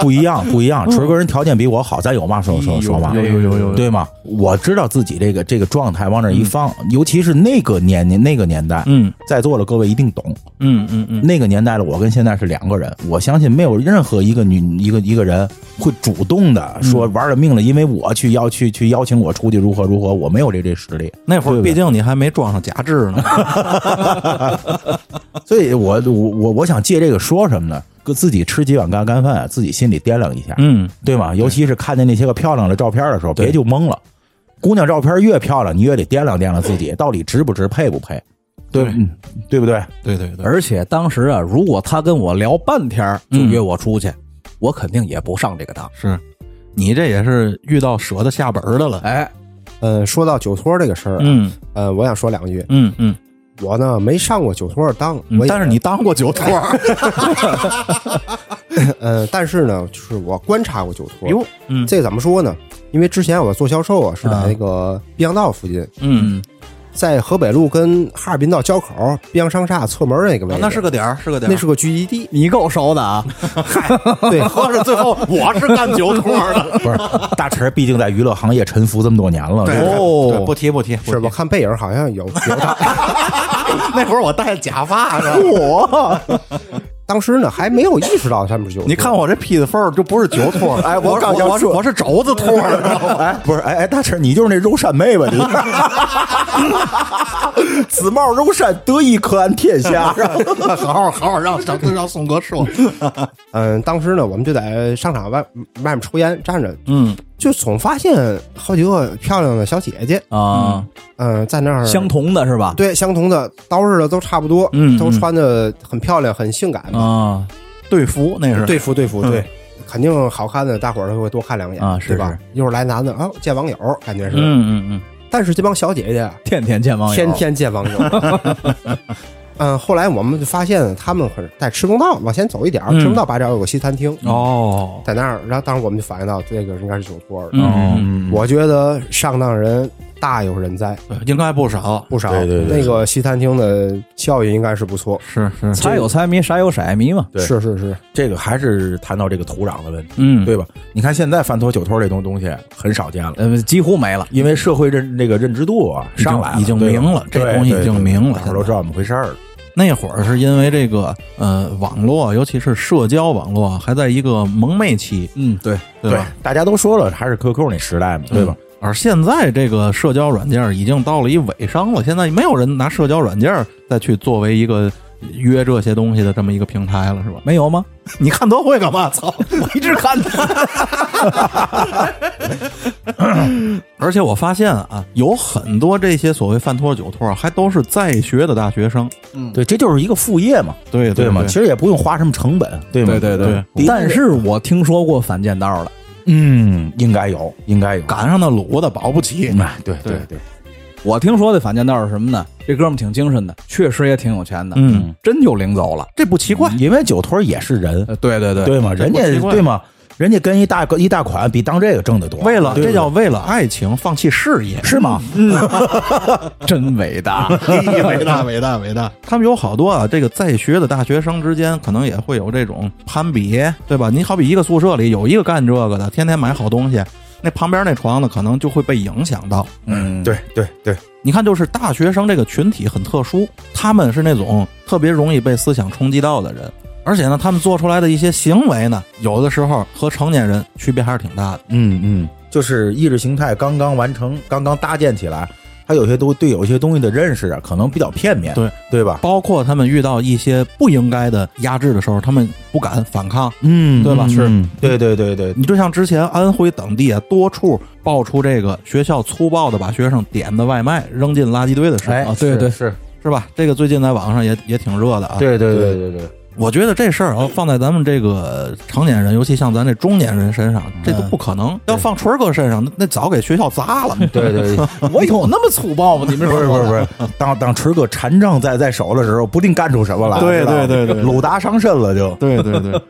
Speaker 3: 不一样，不一样。锤哥人条件比我好，咱有嘛说说说嘛，
Speaker 1: 有有有有，
Speaker 3: 对吗？我知道自己这个这个状态往那儿一放，尤其是那个年年那个年代，
Speaker 1: 嗯
Speaker 3: 在座的各位一定懂。
Speaker 1: 嗯嗯嗯，
Speaker 3: 那个年代的我跟现在是两个人，我相信没有任何一个女一个一个人会主动
Speaker 1: 嗯
Speaker 3: 的说玩了命了，因为我去邀去去邀请我出去如何如何，我没有这这实力。
Speaker 1: 那会
Speaker 3: 对
Speaker 1: 儿
Speaker 3: 吧
Speaker 1: 毕竟你还没装上假肢呢。
Speaker 3: 所以我我我我想借这个说什么呢？跟自己吃几碗干干饭，自己心里掂量一下，
Speaker 1: 嗯
Speaker 3: 对吗？尤其是看见那些个漂亮的照片的时候，别就懵了。姑娘照片越漂亮，你越得掂量掂量自己，到底值不值，配不配，对
Speaker 1: 对
Speaker 3: 嗯对不对？
Speaker 1: 对对对，
Speaker 2: 而且当时啊，如果他跟我聊半天儿就
Speaker 1: 嗯
Speaker 2: 约我出去，我肯定也不上这个当。
Speaker 1: 是你这也是遇到舍得下本儿的了。
Speaker 2: 哎，。
Speaker 4: 呃，说到酒托这个事儿啊，
Speaker 1: 嗯
Speaker 4: 呃，我想说两句。
Speaker 1: 嗯嗯，
Speaker 4: 我呢没上过酒托儿当，
Speaker 1: 嗯
Speaker 4: 我也
Speaker 1: 但是你当过酒托儿，
Speaker 4: 呃，但是呢，就是我观察过酒托。
Speaker 1: 哟，嗯
Speaker 4: 这怎么说呢？因为之前我做销售啊，是在那个滨江道附近，
Speaker 1: 嗯，
Speaker 4: 在河北路跟哈尔滨道交口滨江商厦侧门那个位
Speaker 1: 啊
Speaker 4: 置，
Speaker 1: 那是个点儿，是个点儿，
Speaker 4: 那是个聚集地
Speaker 2: 你够熟的啊！
Speaker 1: *laughs*
Speaker 4: 对，
Speaker 1: 合着最后我是干酒托儿的。 *laughs*
Speaker 3: 不 *laughs* 是，大陈毕竟在娱乐行业沉浮这么多年了，
Speaker 1: 对
Speaker 3: 是吧
Speaker 1: 哦，不提不提，
Speaker 4: 是我
Speaker 1: 吧？
Speaker 4: 看背影好像有有他。
Speaker 1: 那会儿我戴假发呢，
Speaker 3: 哦
Speaker 4: 我 *laughs* 当时呢还没有意识到他们是酒托。
Speaker 1: 你看我这披的缝儿就不是酒托儿，
Speaker 4: 哎我
Speaker 1: 我
Speaker 4: 刚要
Speaker 1: 我是
Speaker 4: 说
Speaker 1: 我是肘子托儿，知道吗
Speaker 3: 哎，不是，哎哎，大婶，你就是那柔善妹吧？ *laughs* 你紫帽柔善，得意可安天下。
Speaker 1: 好好好好让让让宋哥说，
Speaker 4: 嗯，当时呢我们就在商场外外面抽烟站着，
Speaker 1: 嗯
Speaker 4: 就总发现好几个漂亮的小姐姐，
Speaker 2: 啊、
Speaker 4: 嗯，在那儿
Speaker 2: 相同的是吧？
Speaker 4: 对相同的捯饬的都差不多，
Speaker 1: 嗯
Speaker 4: 都
Speaker 1: 嗯
Speaker 4: 穿的很漂亮，很性感嘛。
Speaker 2: 啊
Speaker 1: 对服那是，
Speaker 4: 对付对付
Speaker 1: 嗯
Speaker 4: 对，肯定好看的，大伙儿都会多看两眼
Speaker 2: 啊是
Speaker 4: 对吧？一会儿来男的啊，见网友感觉是，
Speaker 1: 嗯嗯
Speaker 4: 但是这帮小姐姐
Speaker 2: 天天见网友，
Speaker 4: 天天
Speaker 1: *laughs*
Speaker 4: 见网友。嗯，后来我们就发现他们可是在吃公道往前走一点儿，
Speaker 1: 嗯
Speaker 4: 吃公道八角有个西餐厅，
Speaker 1: 嗯，哦，
Speaker 4: 在那儿，然后当时我们就反应到这个应该是酒托
Speaker 3: 哦
Speaker 4: 儿的。
Speaker 1: 嗯，
Speaker 4: 我觉得上当人大有人在，
Speaker 1: 嗯应该不少，
Speaker 4: 不少。
Speaker 3: 对对对
Speaker 4: 那个西餐厅的效益应该是不错。
Speaker 1: 是是，
Speaker 2: 猜有猜谜，啥有色迷嘛。
Speaker 3: 对
Speaker 4: 是是是，
Speaker 3: 这个还是谈到这个土壤的问题，
Speaker 1: 嗯，
Speaker 3: 对吧？你看现在饭托酒托这种东西很少见了，
Speaker 2: 呃，几乎没了。
Speaker 3: 因为社会认这个认知度啊
Speaker 1: 已经
Speaker 3: 上来了，
Speaker 1: 已经
Speaker 3: 对吧
Speaker 1: 明了这
Speaker 3: 对
Speaker 1: 东西
Speaker 3: 对
Speaker 1: 已经
Speaker 3: 对
Speaker 1: 明了
Speaker 3: 大伙儿都知道怎么回事儿了。
Speaker 1: 那会儿是因为这个呃网络，尤其是社交网络还在一个萌昧期，
Speaker 2: 嗯，对，
Speaker 1: 对吧？
Speaker 3: 大家都说了，还是 QQ 那时代嘛，对吧？
Speaker 1: 而现在这个社交软件已经到了一尾声了，现在没有人拿社交软件再去作为一个约这些东西的这么一个平台了，是吧？
Speaker 2: 没有吗？
Speaker 1: 你看德惠干嘛？ *laughs* 操！
Speaker 2: 我一直看他。
Speaker 1: *laughs* 而且我发现啊，有很多这些所谓饭托酒托，还都是在学的大学生，
Speaker 3: 对，这就是一个副业嘛，
Speaker 1: 嗯对
Speaker 3: 对吗？
Speaker 1: 吗？
Speaker 3: 其实也不用花什么成本，对吗？
Speaker 2: 对对
Speaker 1: 对
Speaker 3: 第一
Speaker 2: 但是我听说过反间道的，
Speaker 3: 嗯，应该有，应该有。
Speaker 1: 赶上那卤的保不齐。
Speaker 3: 嗯，对
Speaker 1: 对
Speaker 3: 对，
Speaker 2: 我听说的反间道是什么呢？这哥们儿挺精神的，确实也挺有钱的，
Speaker 1: 嗯，
Speaker 2: 真就领走了。
Speaker 1: 这不奇怪。
Speaker 3: 因为酒托也是人，
Speaker 2: 呃，对对对，
Speaker 3: 对吗？
Speaker 1: 嗯这
Speaker 3: 人
Speaker 1: 不
Speaker 3: 家
Speaker 1: 奇怪
Speaker 3: 对吗？人家跟一大一大款比当这个挣得多，
Speaker 1: 为了
Speaker 3: 对
Speaker 1: 这
Speaker 3: 不对
Speaker 1: 叫为了爱情放弃事业，
Speaker 3: 是吗？
Speaker 2: 真伟大，
Speaker 1: *laughs* 伟大伟大伟大！他们有好多啊，这个在学的大学生之间，可能也会有这种攀比，对吧？你好比一个宿舍里有一个干这个的，天天买好东西，那旁边那床的可能就会被影响到。
Speaker 3: 嗯，
Speaker 5: 对对对，
Speaker 1: 你看，就是大学生这个群体很特殊，他们是那种特别容易被思想冲击到的人，而且呢，他们做出来的一些行为呢，有的时候和成年人区别还是挺大的。
Speaker 3: 嗯嗯，就是意识形态刚刚完成，刚刚搭建起来，他有些都对有些东西的认识啊，可能比较片面，
Speaker 1: 对
Speaker 3: 对吧？
Speaker 1: 包括他们遇到一些不应该的压制的时候，他们不敢反抗，
Speaker 3: 嗯
Speaker 1: 对吧是，
Speaker 3: 嗯对对对对，
Speaker 1: 你就像之前安徽等地啊，多处爆出这个学校粗暴的把学生点的外卖扔进垃圾堆的事儿、
Speaker 3: 哎
Speaker 1: 啊，
Speaker 2: 对对
Speaker 3: 是，
Speaker 1: 是吧？这个最近在网上也也挺热的啊。，
Speaker 3: 对对对对对，
Speaker 1: 我觉得这事儿啊，放在咱们这个成年人，尤其像咱这中年人身上，这
Speaker 3: 嗯
Speaker 1: 都不可能。要放春儿哥身上，那那早给学校砸
Speaker 3: *laughs*
Speaker 1: 了。
Speaker 3: 对对对，
Speaker 2: 我有那么粗暴吗？你们
Speaker 3: 不是不
Speaker 2: 说
Speaker 3: 是
Speaker 2: 的
Speaker 3: 不是，当当锤哥禅杖在在手的时候，不定干出什么来，
Speaker 1: 对
Speaker 3: 知道吗
Speaker 1: 对对对对
Speaker 3: 鲁达伤身了就，
Speaker 1: 对对对，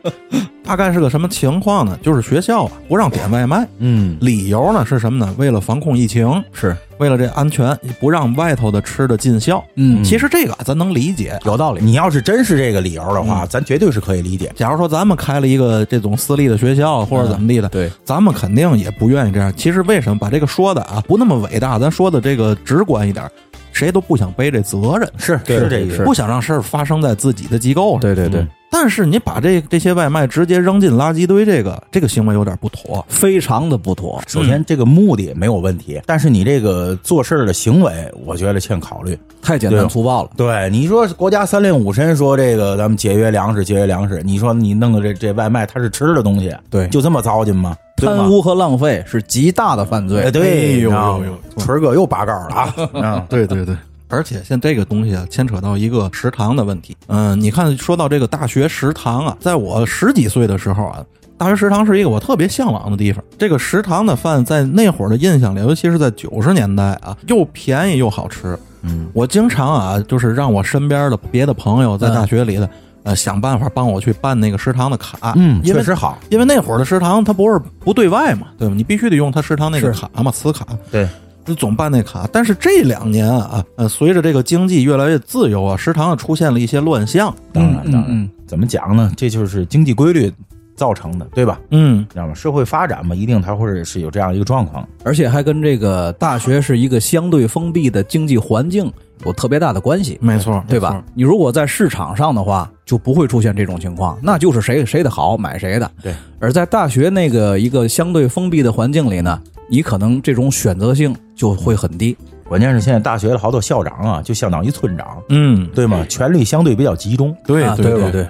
Speaker 1: 大概是个什么情况呢？就是学校啊不让点外卖，
Speaker 3: 嗯，
Speaker 1: 理由呢是什么呢？为了防控疫情，
Speaker 3: 是
Speaker 1: 为了这安全，不让外头的吃的进校。
Speaker 2: 嗯
Speaker 1: 其实这个啊咱能理解，
Speaker 2: 有道理，
Speaker 3: 你要是真是这个理由的话，咱绝对是可以理解，
Speaker 1: 假如说咱们开了一个这种私立的学校或者怎么地的，
Speaker 2: 嗯对，
Speaker 1: 咱们肯定也不愿意这样。其实为什么把这个说的啊不那么伟大，咱说的这个直观一点，谁都不想背这责任，
Speaker 3: 是是这意思，
Speaker 1: 不想让事儿发生在自己的机构上。
Speaker 2: 对对对，
Speaker 1: 但是你把这这些外卖直接扔进垃圾堆，这个这个行为有点不妥。
Speaker 2: 非常的不妥，
Speaker 3: 首先，这个目的没有问题，但是你这个做事儿的行为，我觉得欠考虑。
Speaker 2: 太简单粗暴了。
Speaker 3: 对，你说国家三令五申说这个咱们节约粮食，节约粮食，你说你弄个这这外卖，它是吃的东西，
Speaker 2: 对
Speaker 3: 就这么糟践吗？对吗
Speaker 2: 贪？污和浪费是极大的犯罪
Speaker 3: 哎，，对，
Speaker 1: 哎呦
Speaker 3: 你知道吗
Speaker 1: 呦呦
Speaker 3: 锤哥又拔高了啊！嗯，
Speaker 1: *laughs* 对对对。而且现这个东西啊，牵扯到一个食堂的问题。嗯，你看，说到这个大学食堂啊，在我十几岁的时候啊，大学食堂是一个我特别向往的地方。这个食堂的饭在那会儿的印象里，尤其是在九十年代啊，又便宜又好吃。嗯，我经常啊，就是让我身边的别的朋友在大学里的、呃想办法帮我去办那个食堂的卡。
Speaker 3: 嗯，
Speaker 1: 因为
Speaker 3: 确实好。
Speaker 1: 因为那会儿的食堂它不是不对外嘛，对吧？你必须得用它食堂那个
Speaker 2: 是
Speaker 1: 卡嘛，磁卡。
Speaker 3: 对，
Speaker 1: 就总办那卡。但是这两年啊，呃，随着这个经济越来越自由啊，食堂啊出现了一些乱象。
Speaker 3: 当然
Speaker 2: 嗯
Speaker 3: 当
Speaker 2: 嗯
Speaker 3: 然，怎么讲呢？这就是经济规律造成的，对吧？
Speaker 1: 嗯，
Speaker 3: 知道吗？社会发展嘛，一定它会是有这样一个状况。
Speaker 2: 而且还跟这个大学是一个相对封闭的经济环境有特别大的关系，
Speaker 1: 没错，
Speaker 2: 对
Speaker 1: 没
Speaker 2: 吧
Speaker 1: 错？？
Speaker 2: 你如果在市场上的话，就不会出现这种情况，那就是谁谁的好买谁的。
Speaker 3: 对，
Speaker 2: 而在大学那个一个相对封闭的环境里呢，你可能这种选择性就会很低。
Speaker 3: 关键是现在大学的好多校长啊，就相当于村长，
Speaker 1: 嗯，
Speaker 3: 对吗？权力相对比较集中。
Speaker 1: 对
Speaker 2: 啊
Speaker 1: 对
Speaker 2: 对
Speaker 1: 对，，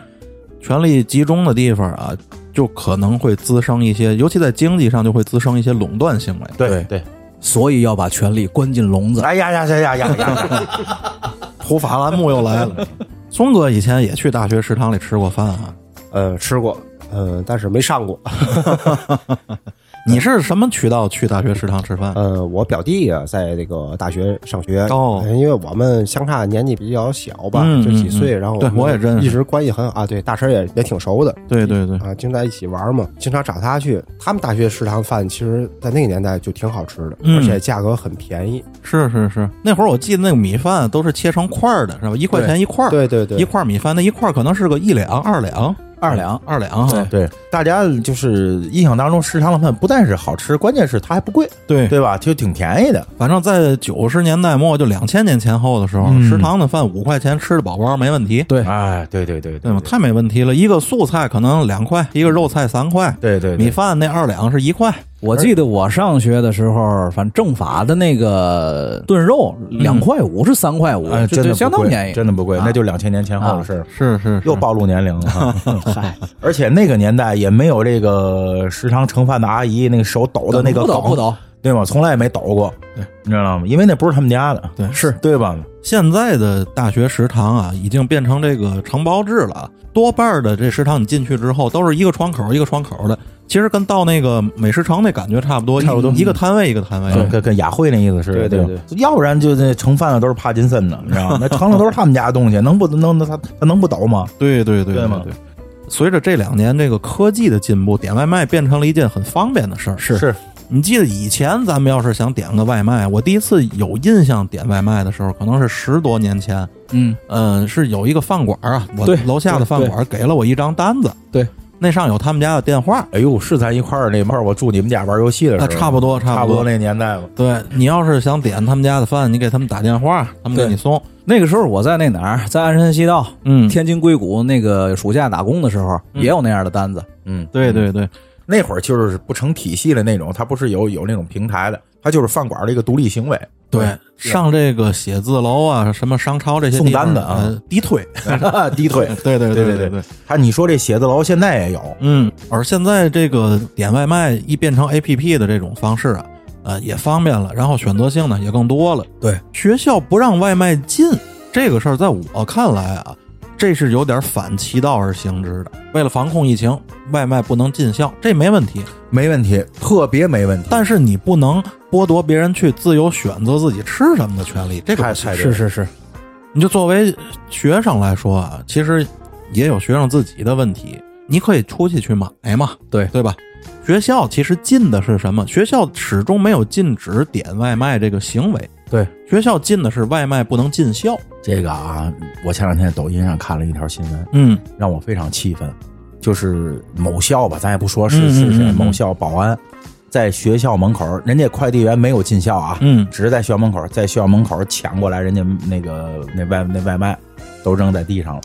Speaker 1: 权力集中的地方啊，就可能会滋生一些，尤其在经济上就会滋生一些垄断行为。
Speaker 3: 对对，
Speaker 2: 所以要把权力关进笼子。
Speaker 3: 哎呀呀呀呀呀呀！
Speaker 1: 普法栏目又来了。松哥以前也去大学食堂里吃过饭啊，
Speaker 4: 呃，吃过，呃，但是没上过。
Speaker 1: 你是什么渠道去大学食堂吃饭？
Speaker 4: 呃，我表弟啊，在那个大学上学呃
Speaker 1: 哦
Speaker 4: 因为我们相差年纪比较小吧，
Speaker 1: 嗯
Speaker 4: 就几岁，
Speaker 1: 嗯嗯
Speaker 4: 然后
Speaker 1: 对
Speaker 4: 们
Speaker 1: 我也认识嗯
Speaker 4: 一直关系很好啊。对，大陈也也挺熟的
Speaker 1: 对对对，
Speaker 4: 啊，经常一起玩嘛，经常找他去。他们大学食堂饭其实，在那个年代就挺好吃的，
Speaker 1: 嗯
Speaker 4: 而且价格很便宜。
Speaker 1: 是是是，那会儿我记得那个米饭都是切成块儿的，是吧？一块钱一块儿，
Speaker 4: 对对对
Speaker 1: 一块儿米饭那一块儿可能是个一两、二两、
Speaker 2: 二两，
Speaker 1: 二两哈，
Speaker 3: 对，大家就是印象当中，食堂的饭不但是好吃，关键是它还不贵，
Speaker 1: 对
Speaker 3: 对吧？就挺便宜的。
Speaker 1: 反正在九十年代末就两千年前后的时候，
Speaker 3: 嗯
Speaker 1: 食堂的饭五块钱吃的饱饱没问题，
Speaker 2: 对
Speaker 3: 哎，对对对
Speaker 1: 对吗？太没问题了，一个素菜可能两块，一个肉菜三块，
Speaker 3: 对对
Speaker 1: 米
Speaker 3: 对，
Speaker 1: 饭那二两是一块，
Speaker 2: 我记得我上学的时候，反正政法的那个炖肉两块五是三块五
Speaker 3: 哎，
Speaker 2: 呃这
Speaker 3: 真的
Speaker 2: 这
Speaker 3: 不
Speaker 2: 相当
Speaker 3: 贵
Speaker 2: 便宜。
Speaker 3: 真的不贵，
Speaker 2: 啊
Speaker 3: 那就两千年前后的事儿。
Speaker 1: 是是
Speaker 3: 又暴露年龄了，
Speaker 2: *laughs* 嗨，
Speaker 3: 而且那个年代也没有这个食堂盛饭的阿姨那个手抖的那个
Speaker 2: 不抖
Speaker 3: 梗
Speaker 2: 不抖，
Speaker 3: 对吗？从来也没抖过，你知道吗？因为那不是他们家的，
Speaker 1: 对
Speaker 3: 是对吧？
Speaker 1: 现在的大学食堂啊，已经变成这个承包制了。多半儿的这食堂你进去之后，都是一个窗口一个窗口的，其实跟到那个美食城那感觉差不多，差不多一个摊位一个摊位。
Speaker 3: 嗯跟跟雅慧那意思是，
Speaker 4: 对对
Speaker 3: 吧要不然就那盛饭的都是帕金森的，你知道吗？那盛的都是他们家的东西，能不能能他他能不抖吗？
Speaker 1: 对对对
Speaker 3: 对吗
Speaker 1: 对。随着这两年这个科技的进步，点外卖变成了一件很方便的事儿。
Speaker 2: 是
Speaker 3: 是
Speaker 1: 你记得以前咱们要是想点个外卖，我第一次有印象点外卖的时候，可能是十多年前。
Speaker 2: 嗯，
Speaker 1: 嗯，是有一个饭馆啊，我
Speaker 2: 对
Speaker 1: 楼下的饭馆给了我一张单子，
Speaker 2: 对，
Speaker 1: 那上有他们家的电话。
Speaker 3: 哎呦，是咱一块儿那块儿，我住你们家玩游戏的时
Speaker 1: 那
Speaker 3: 候，
Speaker 1: 差不多，
Speaker 3: 差
Speaker 1: 不多。
Speaker 3: 那年代了。
Speaker 1: 对你要是想点他们家的饭，你给他们打电话，他们给
Speaker 2: 对
Speaker 1: 你送。
Speaker 2: 那个时候我在那哪儿，在鞍山西道、
Speaker 1: 嗯，
Speaker 2: 天津硅谷那个暑假打工的时候，
Speaker 1: 嗯
Speaker 2: 也有那样的单子。
Speaker 3: 嗯，
Speaker 1: 对对对，
Speaker 3: 那会儿就是不成体系的那种，它不是有有那种平台的，它就是饭馆的一个独立行
Speaker 1: *laughs*
Speaker 3: 为。
Speaker 1: 对，上这个写字楼啊，什么商超这些
Speaker 3: 送
Speaker 1: 地方
Speaker 3: 单的啊
Speaker 1: 呃低退，
Speaker 3: 低退。
Speaker 1: *laughs* 对对
Speaker 3: 对
Speaker 1: 对
Speaker 3: 对
Speaker 1: 对，
Speaker 3: 他你说这写字楼现在也有，
Speaker 1: 嗯。而现在这个点外卖一变成 A P P 的这种方式啊，呃，也方便了，然后选择性呢也更多了。
Speaker 2: 对，
Speaker 1: 学校不让外卖进这个事儿，在我看来啊，这是有点反其道而行之的。为了防控疫情，外卖不能进校，这没问题。
Speaker 3: 没问题，特别没问题。
Speaker 1: 但是你不能剥夺别人去自由选择自己吃什么的权利，这个
Speaker 3: 太
Speaker 1: 不行
Speaker 3: 太对了
Speaker 2: 是是，
Speaker 1: 你就作为学生来说啊，其实也有学生自己的问题，你可以出去去买嘛，
Speaker 2: 对
Speaker 1: 对吧？学校其实禁的是什么？学校始终没有禁止点外卖这个行为，
Speaker 2: 对，
Speaker 1: 学校禁的是外卖不能进校。
Speaker 3: 这个啊，我前两天在抖音上看了一条新闻，
Speaker 1: 嗯
Speaker 3: 让我非常气愤，就是某校吧，咱也不说
Speaker 1: 嗯
Speaker 3: 是
Speaker 1: 嗯
Speaker 3: 是
Speaker 1: 嗯
Speaker 3: 谁，
Speaker 1: 嗯
Speaker 3: 某校保安在学校门口，人家快递员没有进校啊，
Speaker 1: 嗯
Speaker 3: 只是在学校门口，在学校门口抢过来人家那个那外那外卖都扔在地上了，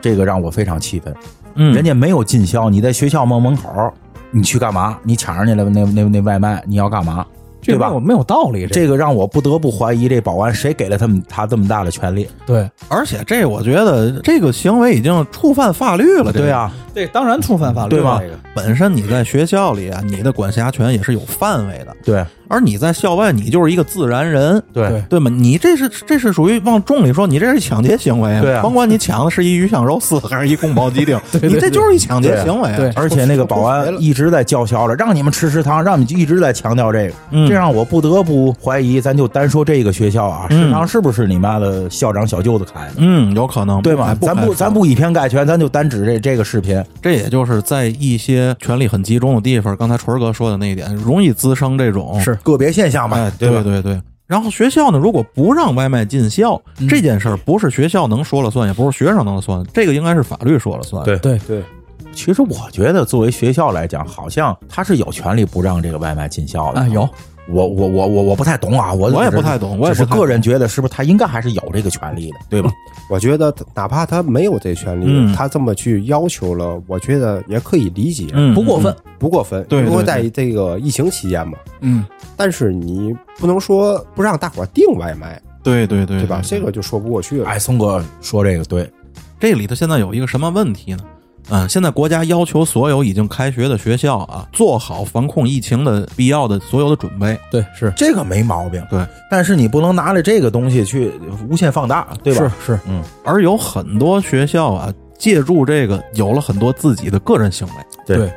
Speaker 3: 这个让我非常气愤。
Speaker 1: 嗯，
Speaker 3: 人家没有进校，你在学校门门口，你去干嘛？你抢人家的那那那外卖，你要干嘛？
Speaker 2: 这
Speaker 3: 对吧
Speaker 2: 没有没有道理，
Speaker 3: 这个让我不得不怀疑，这保安谁给了他们他这么大的权利？
Speaker 2: 对
Speaker 1: 而且这我觉得这个行为已经触犯法律了，这个
Speaker 3: 对啊，
Speaker 2: 这当然触犯法律
Speaker 3: 对啊吧
Speaker 2: 这个
Speaker 1: 本身你在学校里啊，你的管辖权也是有范围的，
Speaker 3: 对
Speaker 1: 而你在校外，你就是一个自然人，
Speaker 3: 对
Speaker 2: 对
Speaker 1: 对吗？你这是这是属于往重里说，你这是抢劫行为
Speaker 3: 对啊
Speaker 1: 甭管你抢的是一鱼香肉丝还是一宫保鸡
Speaker 3: *laughs*
Speaker 1: 丁，你这就是一抢劫行为啊。
Speaker 2: 对
Speaker 3: 而且那个保安一直在叫嚣着，让你们吃食堂，让你们一直在强调这个，
Speaker 1: 嗯
Speaker 3: 这让我不得不怀疑，咱就单说这个学校啊，
Speaker 1: 嗯
Speaker 3: 食堂是不是你妈的校长小舅子开的？
Speaker 1: 嗯，有可能
Speaker 3: 对吗？
Speaker 1: 不
Speaker 3: 咱
Speaker 1: 排
Speaker 3: 不
Speaker 1: 除
Speaker 3: 咱，不以偏概全，咱就单指这这个视频。
Speaker 1: 这也就是在一些权力很集中的地方，刚才纯儿哥说的那一点，容易滋生这种
Speaker 2: 是
Speaker 3: 个别现象吧，
Speaker 1: 哎，
Speaker 3: 嗯对吧
Speaker 1: 对？对对。然后学校呢，如果不让外卖进校，
Speaker 3: 嗯
Speaker 1: 这件事儿不是学校能说了算，也不是学生能算，这个应该是法律说了算。
Speaker 3: 对
Speaker 2: 对
Speaker 4: 对，
Speaker 3: 其实我觉得，作为学校来讲，好像他是有权利不让这个外卖进校的
Speaker 2: 啊有。
Speaker 3: 我我我我我不太懂啊，我
Speaker 1: 我也
Speaker 3: 只
Speaker 1: 不
Speaker 3: 是
Speaker 1: 太懂我也
Speaker 3: 只是
Speaker 1: 不太懂
Speaker 3: 个人觉得，是不是他应该还是有这个权利的，对吧？
Speaker 4: 我觉得哪怕他没有这权利，
Speaker 1: 嗯
Speaker 4: 他这么去要求了，我觉得也可以理解，
Speaker 1: 嗯，
Speaker 2: 不过分，
Speaker 4: 不过分。
Speaker 1: 对对
Speaker 4: 因为在这个疫情期间嘛，
Speaker 2: 嗯，
Speaker 4: 但是你不能说不让大伙儿订外卖，
Speaker 1: 对对对
Speaker 4: 对吧？这个就说不过去了。
Speaker 3: 哎，松哥说这个对，
Speaker 1: 这里头现在有一个什么问题呢？嗯，现在国家要求所有已经开学的学校啊，做好防控疫情的必要的所有的准备。
Speaker 2: 对是
Speaker 3: 这个没毛病。
Speaker 1: 对，
Speaker 3: 但是你不能拿着这个东西去无限放大，对吧？
Speaker 2: 是是，
Speaker 1: 而有很多学校啊，借助这个有了很多自己的个人行为。
Speaker 3: 对
Speaker 2: 对。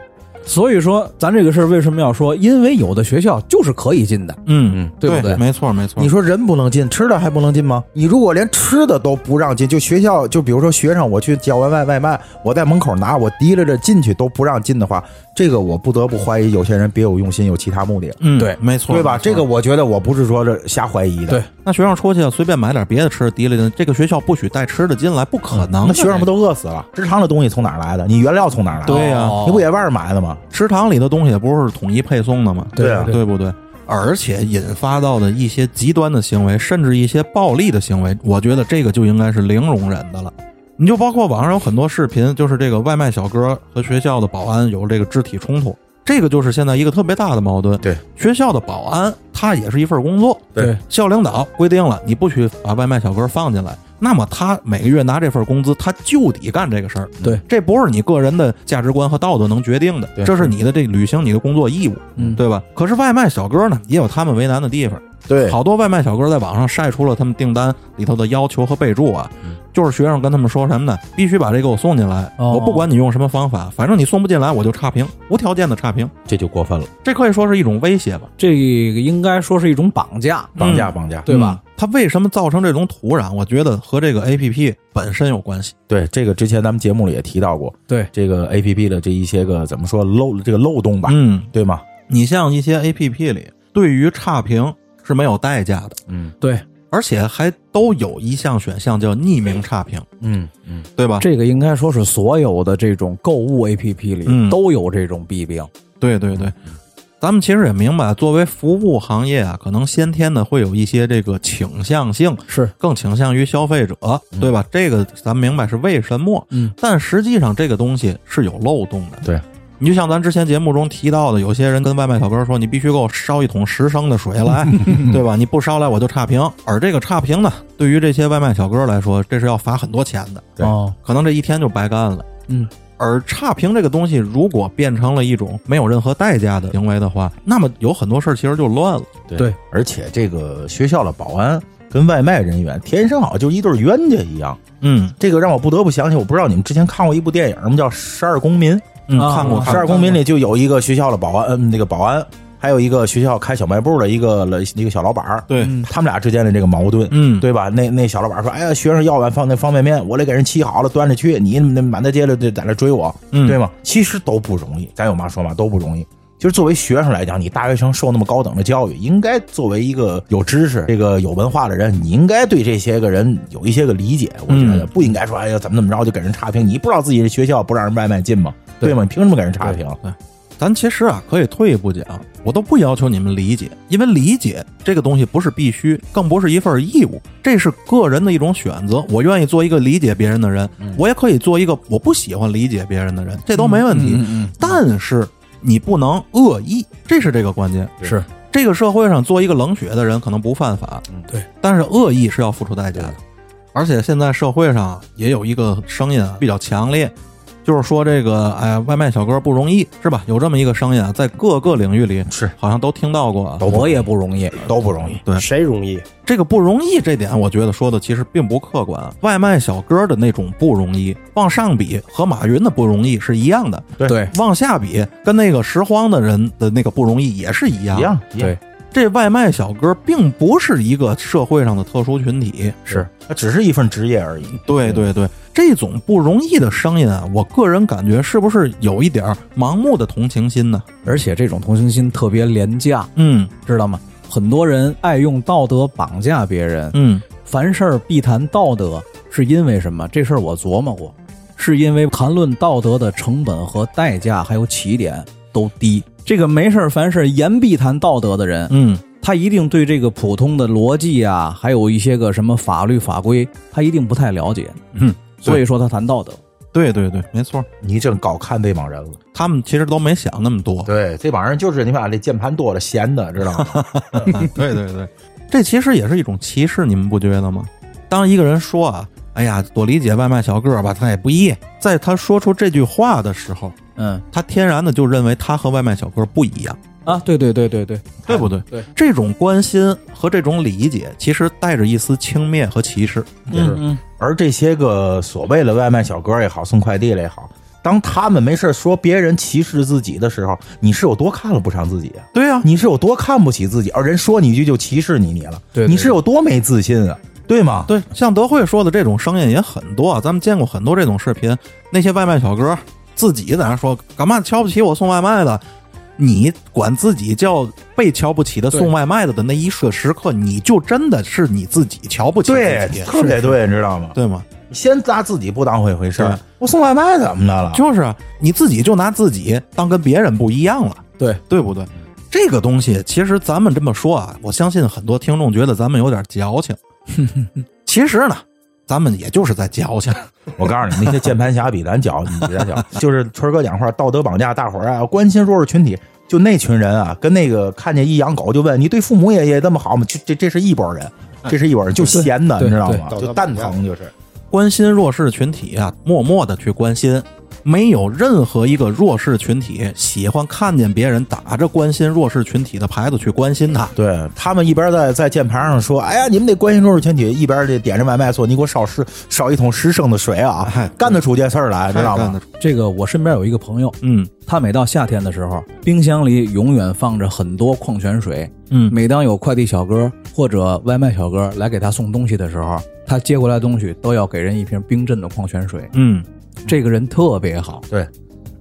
Speaker 2: 所以说，咱这个事儿为什么要说？因为有的学校就是可以进的，
Speaker 1: 嗯
Speaker 3: 嗯
Speaker 2: 对不对
Speaker 1: 没错没错。
Speaker 3: 你说人不能进，吃的还不能进吗？你如果连吃的都不让进，就学校，就比如说学生，我去叫外卖外卖，我在门口拿，我提溜着进去都不让进的话，这个我不得不怀疑有些人别有用心，有其他目的，
Speaker 1: 嗯，
Speaker 2: 对
Speaker 1: 没错，
Speaker 3: 对吧？
Speaker 1: 没错
Speaker 3: 这个我觉得我不是说这瞎怀疑的。啊
Speaker 2: 对
Speaker 1: 那学生出去啊随便买点别的吃的提溜进，这个学校不许带吃的进来，不可能
Speaker 3: 嗯那
Speaker 1: 的。
Speaker 3: 学生不都饿死了？食堂的东西从哪儿来的？你原料从哪儿来的？
Speaker 1: 对呀
Speaker 2: 哦
Speaker 3: 你不也外边买的吗？
Speaker 1: 食堂里的东西也不是统一配送的吗？
Speaker 3: 对啊
Speaker 1: 对不对？而且引发到的一些极端的行为，甚至一些暴力的行为，我觉得这个就应该是零容忍的了。你就包括网上有很多视频，就是这个外卖小哥和学校的保安有这个肢体冲突，这个就是现在一个特别大的矛盾。
Speaker 3: 对，
Speaker 1: 学校的保安他也是一份工作，
Speaker 2: 对，
Speaker 1: 校领导规定了你不许把外卖小哥放进来，那么他每个月拿这份工资，他就得干这个事儿。
Speaker 2: 对，
Speaker 1: 这不是你个人的价值观和道德能决定的，
Speaker 3: 对
Speaker 1: 这是你的这履行你的工作义务，
Speaker 2: 嗯
Speaker 1: 对吧？可是外卖小哥呢，也有他们为难的地方。
Speaker 3: 对
Speaker 1: 好多外卖小哥在网上晒出了他们订单里头的要求和备注啊，就是学生跟他们说什么呢？必须把这给我送进来，
Speaker 2: 嗯哦
Speaker 1: 我不管你用什么方法，反正你送不进来我就差评，无条件的差评。
Speaker 3: 这就过分了，
Speaker 1: 这可以说是一种威胁吧？
Speaker 2: 这个应该说是一种绑架，
Speaker 1: 嗯
Speaker 3: 绑架绑架。
Speaker 2: 对吧？
Speaker 1: 它为什么造成这种土壤？我觉得和这个 A P P 本身有关系。
Speaker 3: 对，这个之前咱们节目里也提到过，
Speaker 2: 对
Speaker 3: 这个 A P P 的这一些个怎么说漏这个漏洞吧，
Speaker 1: 嗯，
Speaker 3: 对吗？
Speaker 1: 你像一些 A P P 里对于差评是没有代价的，
Speaker 3: 嗯
Speaker 2: 对，
Speaker 1: 而且还都有一项选项叫匿名差评，
Speaker 3: 嗯嗯，
Speaker 1: 对吧？
Speaker 2: 这个应该说是所有的这种购物 APP
Speaker 1: 嗯
Speaker 2: 里都有这种弊病。
Speaker 1: 对对对，
Speaker 2: 嗯
Speaker 1: 咱们其实也明白，作为服务行业啊，可能先天的会有一些这个倾向性，
Speaker 2: 是
Speaker 1: 更倾向于消费者，对吧？这个咱明白是为什么，
Speaker 2: 嗯，
Speaker 1: 但实际上这个东西是有漏洞的。
Speaker 3: 对，
Speaker 1: 你就像咱之前节目中提到的，有些人跟外卖小哥说，你必须给我烧一桶十升的水
Speaker 2: *laughs*
Speaker 1: 来，对吧？你不烧来我就差评。而这个差评呢，对于这些外卖小哥来说，这是要罚很多钱的。
Speaker 3: 对
Speaker 2: 哦，
Speaker 1: 可能这一天就白干了。
Speaker 2: 嗯，
Speaker 1: 而差评这个东西，如果变成了一种没有任何代价的行为的话，那么有很多事儿其实就乱了。
Speaker 3: 对
Speaker 2: 对
Speaker 3: 而且这个学校的保安跟外卖人员天生好像就一对冤家一样，
Speaker 1: 嗯，
Speaker 3: 这个让我不得不想起，我不知道你们之前看过一部电影吗？叫《十二公民》。
Speaker 1: 嗯
Speaker 2: 啊
Speaker 1: 看过
Speaker 2: 啊
Speaker 3: 《十
Speaker 1: 看
Speaker 3: 二
Speaker 1: 过。
Speaker 3: 公民》里就有一个学校的保安，嗯，那个保安，还有一个学校开小卖部的一个一个小老板儿，
Speaker 1: 对，
Speaker 3: 他们俩之间的这个矛盾，
Speaker 1: 嗯
Speaker 3: 嗯对吧？那那小老板儿说：“哎呀，学生要碗方那方便面，我得给人沏好了端着去，你那满大街的就在那追我，
Speaker 1: 嗯
Speaker 3: 对吗？”其实都不容易，咱有嘛说嘛，都不容易。就是作为学生来讲，你大学生受那么高等的教育，应该作为一个有知识、这个有文化的人，你应该对这些个人有一些个理解。我觉得
Speaker 1: 嗯
Speaker 3: 不应该说，哎呀，怎么怎么着就给人差评。你不知道自己的学校不让人外卖进吗？对吗？你凭什么给人差评？
Speaker 1: 咱其实啊，可以退一步讲，我都不要求你们理解，因为理解这个东西不是必须，更不是一份义务，这是个人的一种选择。我愿意做一个理解别人的人，我也可以做一个我不喜欢理解别人的人，这都没问
Speaker 2: 嗯
Speaker 1: 题。但是你不能恶意，这是这个关键。
Speaker 2: 是
Speaker 1: 这个社会上做一个冷血的人可能不犯法，
Speaker 2: 对，
Speaker 1: 但是恶意是要付出代价的。而且现在社会上也有一个声音啊比较强烈，就是说这个哎，外卖小哥不容易是吧？有这么一个声音啊，在各个领域里
Speaker 3: 是
Speaker 1: 好像都听到过啊。
Speaker 2: 我也不容易。
Speaker 3: 都不容易。
Speaker 1: 对
Speaker 4: 谁容易？
Speaker 1: 这个不容易这点，我觉得说的其实并不客观啊。外卖小哥的那种不容易，往上比和马云的不容易是一样的，
Speaker 2: 对，
Speaker 1: 往下比跟那个拾荒的人的那个不容易也是一样的。
Speaker 3: 一样，一样
Speaker 2: 对，
Speaker 1: 这外卖小哥并不是一个社会上的特殊群体。
Speaker 3: 是，它只是一份职业而已。
Speaker 1: 对对对，这种不容易的声音啊，我个人感觉是不是有一点儿盲目的同情心呢？
Speaker 2: 而且这种同情心特别廉价，
Speaker 1: 嗯
Speaker 2: 知道吗？很多人爱用道德绑架别人，
Speaker 1: 嗯
Speaker 2: 凡事必谈道德，是因为什么？这事儿我琢磨过，是因为谈论道德的成本和代价还有起点都低。这个没事儿凡事言必谈道德的人，
Speaker 1: 嗯，
Speaker 2: 他一定对这个普通的逻辑啊，还有一些个什么法律法规，他一定不太了解。
Speaker 1: 嗯，
Speaker 2: 所以说他谈道德。
Speaker 1: 对对对，没错，
Speaker 3: 你真高看这帮人了。
Speaker 1: 他们其实都没想那么多。
Speaker 3: 对，这帮人就是你把这键盘剁了闲的，知道吗？
Speaker 1: 对对对，这其实也是一种歧视，你们不觉得吗？当一个人说啊，哎呀，我理解外卖小哥吧，他也不易，在他说出这句话的时候，
Speaker 2: 嗯
Speaker 1: 他天然的就认为他和外卖小哥不一样。
Speaker 2: 啊，对对对对对，
Speaker 1: 对不对？
Speaker 2: 对，
Speaker 1: 这种关心和这种理解，其实带着一丝轻蔑和歧视。
Speaker 3: 就是。
Speaker 2: 嗯
Speaker 3: 而这些个所谓的外卖小哥也好，送快递的也好，当他们没事儿说别人歧视自己的时候，你是有多看了不上自己啊？
Speaker 1: 对呀、啊，
Speaker 3: 你是有多看不起自己？而人说你一句就歧视你你了，
Speaker 2: 对对
Speaker 3: 你是有多没自信啊？对吗？
Speaker 1: 对，像德惠说的这种声音也很多，啊咱们见过很多这种视频，那些外卖小哥自己在那说，干嘛瞧不起我送外卖的？你管自己叫被瞧不起的送外卖的的那一瞬时刻，你就真的是你自己瞧不起
Speaker 3: 对
Speaker 1: 自，己，
Speaker 3: 特别对，你知道吗？
Speaker 1: 对吗？
Speaker 3: 先拿自己不当回回事
Speaker 1: 对
Speaker 3: 儿，我送外卖怎么的了？
Speaker 1: 就是啊你自己就拿自己当跟别人不一样了，
Speaker 2: 对
Speaker 1: 对不对？这个东西其实咱们这么说啊，我相信很多听众觉得咱们有点矫
Speaker 3: *laughs*
Speaker 1: 情，其实呢，咱们也就是在矫情。
Speaker 3: 我告诉你，那些键盘侠比咱狡，你比咱狡。就是春儿哥讲话，道德绑架大伙儿啊，关心弱势群体，就那群人啊，跟那个看见一养狗就问你对父母也也这么好吗？就这这是一拨人，这是一拨人，就闲的，
Speaker 2: 对
Speaker 3: 你知道吗？
Speaker 4: 对
Speaker 3: 就蛋疼就是。
Speaker 1: 关心弱势群体啊，默默的去关心，没有任何一个弱势群体喜欢看见别人打着关心弱势群体的牌子去关心他。
Speaker 3: 对他们一边在在键盘上说：“哎呀，你们得关心弱势群体”，一边这点着外卖说：“你给我少十少一桶十升的水啊
Speaker 1: 哎！”
Speaker 3: 干得出这事儿来，知道
Speaker 1: 干
Speaker 3: 吗
Speaker 1: 得？
Speaker 2: 这个我身边有一个朋友，
Speaker 1: 哎嗯
Speaker 2: 他每到夏天的时候，冰箱里永远放着很多矿泉水。
Speaker 1: 嗯，
Speaker 2: 每当有快递小哥或者外卖小哥来给他送东西的时候，他接过来东西都要给人一瓶冰镇的矿泉水。
Speaker 1: 嗯，
Speaker 2: 这个人特别好，
Speaker 3: 对，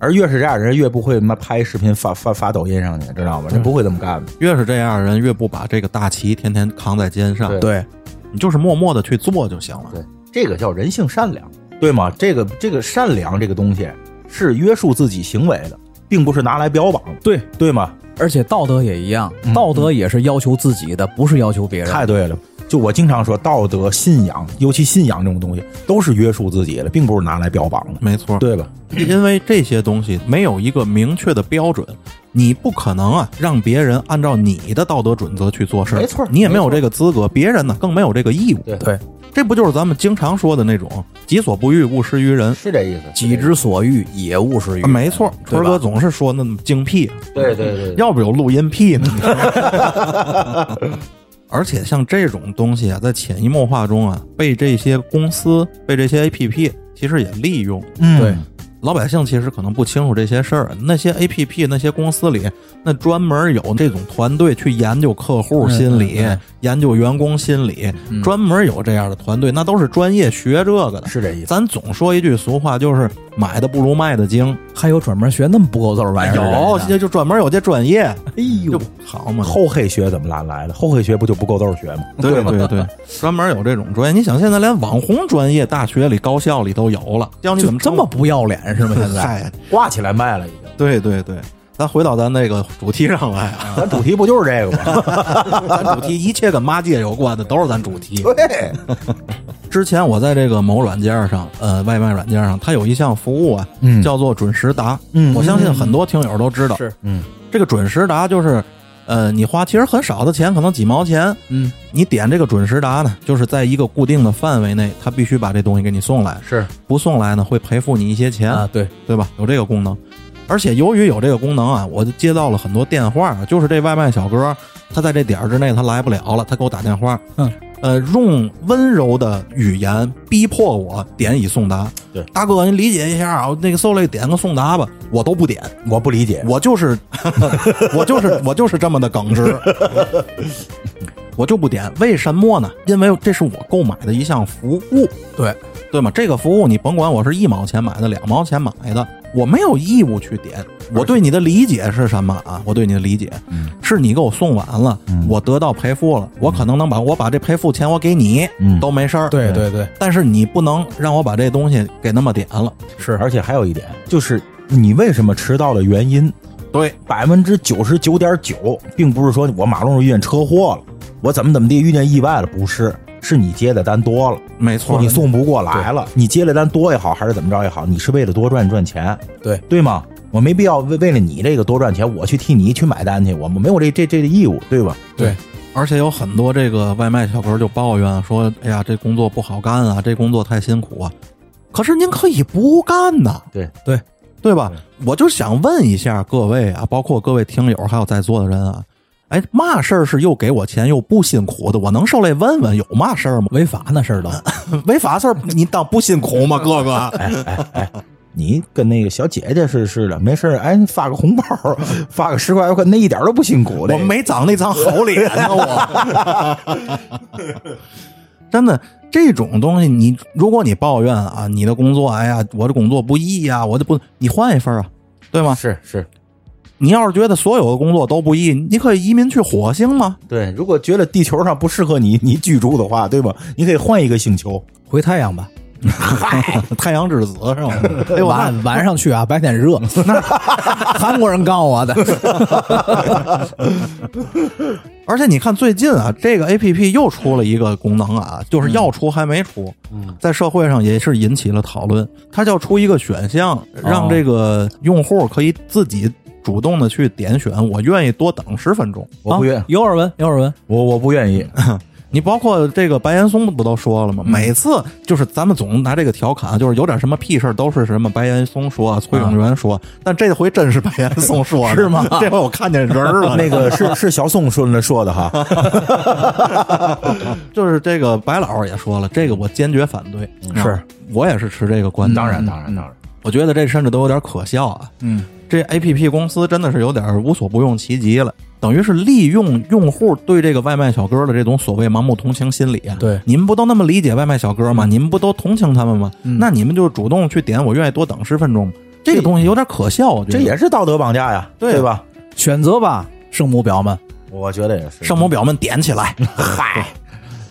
Speaker 3: 而越是这样人，越不会他妈拍视频发发发抖音上去，知道吗？人不会这么干的。
Speaker 1: 越是这样的人，越不把这个大旗天天扛在肩上。
Speaker 4: 对
Speaker 3: 对
Speaker 1: 你就是默默的去做就行了。
Speaker 4: 对
Speaker 3: 这个叫人性善良，对吗？这个这个善良这个东西是约束自己行为的，并不是拿来标榜的，
Speaker 2: 对
Speaker 3: 对吗？
Speaker 2: 而且道德也一样，道德也是要求自己的，不是要求别人。
Speaker 3: 太对了。就我经常说，道德、信仰，尤其信仰这种东西，都是约束自己的，并不是拿来标榜的，
Speaker 1: 没错，
Speaker 3: 对吧？
Speaker 1: 因为这些东西没有一个明确的标准，你不可能啊让别人按照你的道德准则去做事，
Speaker 3: 没错
Speaker 1: 你也没有这个资格，别人呢更没有这个义务。
Speaker 4: 对
Speaker 3: 对，
Speaker 1: 这不就是咱们经常说的那种“己所不欲，勿施于人啊
Speaker 4: 是这意思。
Speaker 2: 己之所欲，也勿施于”？人。
Speaker 1: 没错，
Speaker 2: 对
Speaker 1: 春
Speaker 2: 吧
Speaker 1: 儿哥总是说那么精辟，啊
Speaker 4: 对对对，
Speaker 1: 要不有录音癖呢。 *laughs* 而且像这种东西啊，在潜移默化中啊，被这些公司、被这些 APP 其实也利用。
Speaker 3: 嗯
Speaker 2: 对，
Speaker 1: 老百姓其实可能不清楚这些事儿，那些 A P P 那些公司里，那专门有这种团队去研究客户心理、
Speaker 2: 嗯
Speaker 1: 研究员工心理，专门有这样的团队，那都是专业学这个的。
Speaker 3: 是这意思。
Speaker 1: 咱总说一句俗话，就是买的不如卖的精。
Speaker 2: 还有专门学那么不够揍玩意儿的人呢，啊
Speaker 1: 有，就就专门有这专业，
Speaker 2: 哎
Speaker 1: 就
Speaker 2: 呦，
Speaker 1: 好嘛。
Speaker 3: 后黑学怎么来来的？后黑学不就不够豆学吗？ *laughs*
Speaker 1: 对
Speaker 3: 吗？
Speaker 1: 对对，专门有这种专业。你想，现在连网红专业，大学里、高校里都有了，教你
Speaker 2: 就
Speaker 1: 怎么
Speaker 2: 这么不要脸是吗？现在
Speaker 1: 在？
Speaker 3: 挂起来卖了已经。
Speaker 1: 对对对，咱回到咱那个主题上来啊。
Speaker 3: 咱主题不就是这个吗？ *laughs*
Speaker 1: 咱主题一切跟妈界有关的都是咱主题。
Speaker 3: 对，
Speaker 1: *laughs* 之前我在这个某软件上，呃，外卖软件上，它有一项服务啊，
Speaker 3: 嗯
Speaker 1: 叫做准时达。
Speaker 3: 嗯
Speaker 1: 我相信很多听友都知道。
Speaker 2: 是，
Speaker 3: 嗯，
Speaker 1: 这个准时达就是，呃，你花其实很少的钱，可能几毛钱，
Speaker 2: 嗯，
Speaker 1: 你点这个准时达呢，就是在一个固定的范围内，它必须把这东西给你送来，
Speaker 4: 是
Speaker 1: 不送来呢会赔付你一些钱，
Speaker 2: 啊，对，
Speaker 1: 对吧？有这个功能。而且由于有这个功能啊，我就接到了很多电话，啊就是这外卖小哥他在这点儿之内他来不了了，他给我打电话，
Speaker 2: 嗯，
Speaker 1: 呃，用温柔的语言逼迫我点以送达。
Speaker 3: 对，
Speaker 1: 大哥，您理解一下啊，我那个受累点个送达吧，我都不点，
Speaker 3: 我不理
Speaker 4: *laughs*
Speaker 3: 解。
Speaker 1: 我就是我就是我就是这么的耿
Speaker 2: *laughs*
Speaker 1: 直，我就不点，为什么呢？因为这是我购买的一项服务，
Speaker 2: 对
Speaker 1: 对吗？这个服务你甭管我是一毛钱买的，两毛钱买的，我没有义务去点。我对你的理解是什么啊？我对你的理解，
Speaker 2: 嗯
Speaker 1: 是你给我送完了，我得到赔付了，我可能能把我把这赔付钱我给你，
Speaker 3: 嗯
Speaker 1: 都没事儿。
Speaker 2: 对对对，
Speaker 1: 但是你不能让我把这东西给那么点了。
Speaker 3: 是，而且还有一点，就是你为什么迟到的原因，
Speaker 1: 对，
Speaker 3: 百分之九十九点九，并不是说我马路上遇见车祸了，我怎么怎么地遇见意外了，不是，是你接的单多了，
Speaker 1: 没错，
Speaker 3: 你送不过来了，你接了单多也好，还是怎么着也好，你是为了多赚赚钱，
Speaker 2: 对
Speaker 3: 对吗？我没必要为为了你这个多赚钱，我去替你去买单去，我们没有这这这个义务，对吧？
Speaker 2: 对，
Speaker 1: 而且有很多这个外卖小哥就抱怨说：“哎呀，这工作不好干啊，这工作太辛苦啊。”可是您可以不干呐，
Speaker 3: 对
Speaker 2: 对
Speaker 1: 对吧？我就想问一下各位啊，包括各位听友还有在座的人啊，哎，嘛事儿是又给我钱又不辛苦的？我能受累问问有嘛事儿吗？
Speaker 2: 违法那事儿都，
Speaker 1: *laughs* 违法事儿你当不辛苦吗，哥哥？
Speaker 3: 你跟那个小姐姐是是的，没事儿，哎，你发个红包，发个十块二十块，那一点儿都不辛苦的。
Speaker 1: 我没长那张好脸呢，我。 *laughs* 真的，这种东西你，如果你抱怨啊，你的工作，哎呀，我这工作不易呀、我这不，你换一份啊，对 *laughs* 吗？
Speaker 4: 是是，
Speaker 1: 你要是觉得所有的工作都不易，你可以移民去火星 *laughs* 吗？
Speaker 3: 对，如果觉得地球上不适合你你居住的话，对吧？你可以换一个星球。
Speaker 2: 回太阳吧，
Speaker 1: 太阳之子是吧？哎呦，那
Speaker 2: 晚晚上去啊，白天 *laughs* 热。韩国人告我的，
Speaker 1: 而且你看最近啊，这个 A P P 又出了一个功能
Speaker 3: 嗯
Speaker 1: 啊，就是要出还没出，在社会上也是引起了讨论。它叫出一个选项，
Speaker 3: 哦
Speaker 1: 让这个用户可以自己主动的去点选，我愿意多等十分钟。啊
Speaker 3: 我不愿，
Speaker 2: 啊有耳闻，有耳闻。
Speaker 3: 我我不愿意。
Speaker 1: 你包括这个白岩松不都说了吗？
Speaker 3: 嗯
Speaker 1: 每次就是咱们总拿这个调侃，啊就是有点什么屁事儿都是什么白岩松说、啊崔永元
Speaker 3: *laughs*
Speaker 1: 说，但这回真是白岩松说的，是吗？这回我看见人儿
Speaker 3: *laughs*
Speaker 1: 了，
Speaker 3: 那个是是小宋顺着说的哈，
Speaker 1: 就是这个白老师也说了，这个我坚决反对，
Speaker 3: 是
Speaker 1: 啊我也是持这个观点。
Speaker 5: 当然，当然，当然，
Speaker 1: 我觉得这甚至都有点可笑啊。
Speaker 2: 嗯，
Speaker 1: 这 A P P 公司真的是有点无所不用其极了，等于是利用用户对这个外卖小哥的这种所谓盲目同情心理啊。
Speaker 2: 对
Speaker 1: 你们不都那么理解外卖小哥吗？你们不都同情他们吗？那你们就主动去点，我愿意多等十分钟。这个东西有点可笑，我觉得
Speaker 3: 这也是道德绑架呀，
Speaker 1: 对
Speaker 3: 对啊吧？
Speaker 2: 选择吧，圣母婊们，
Speaker 3: 我觉得也是。
Speaker 1: 圣母婊们点起来。
Speaker 3: 嗨， *laughs*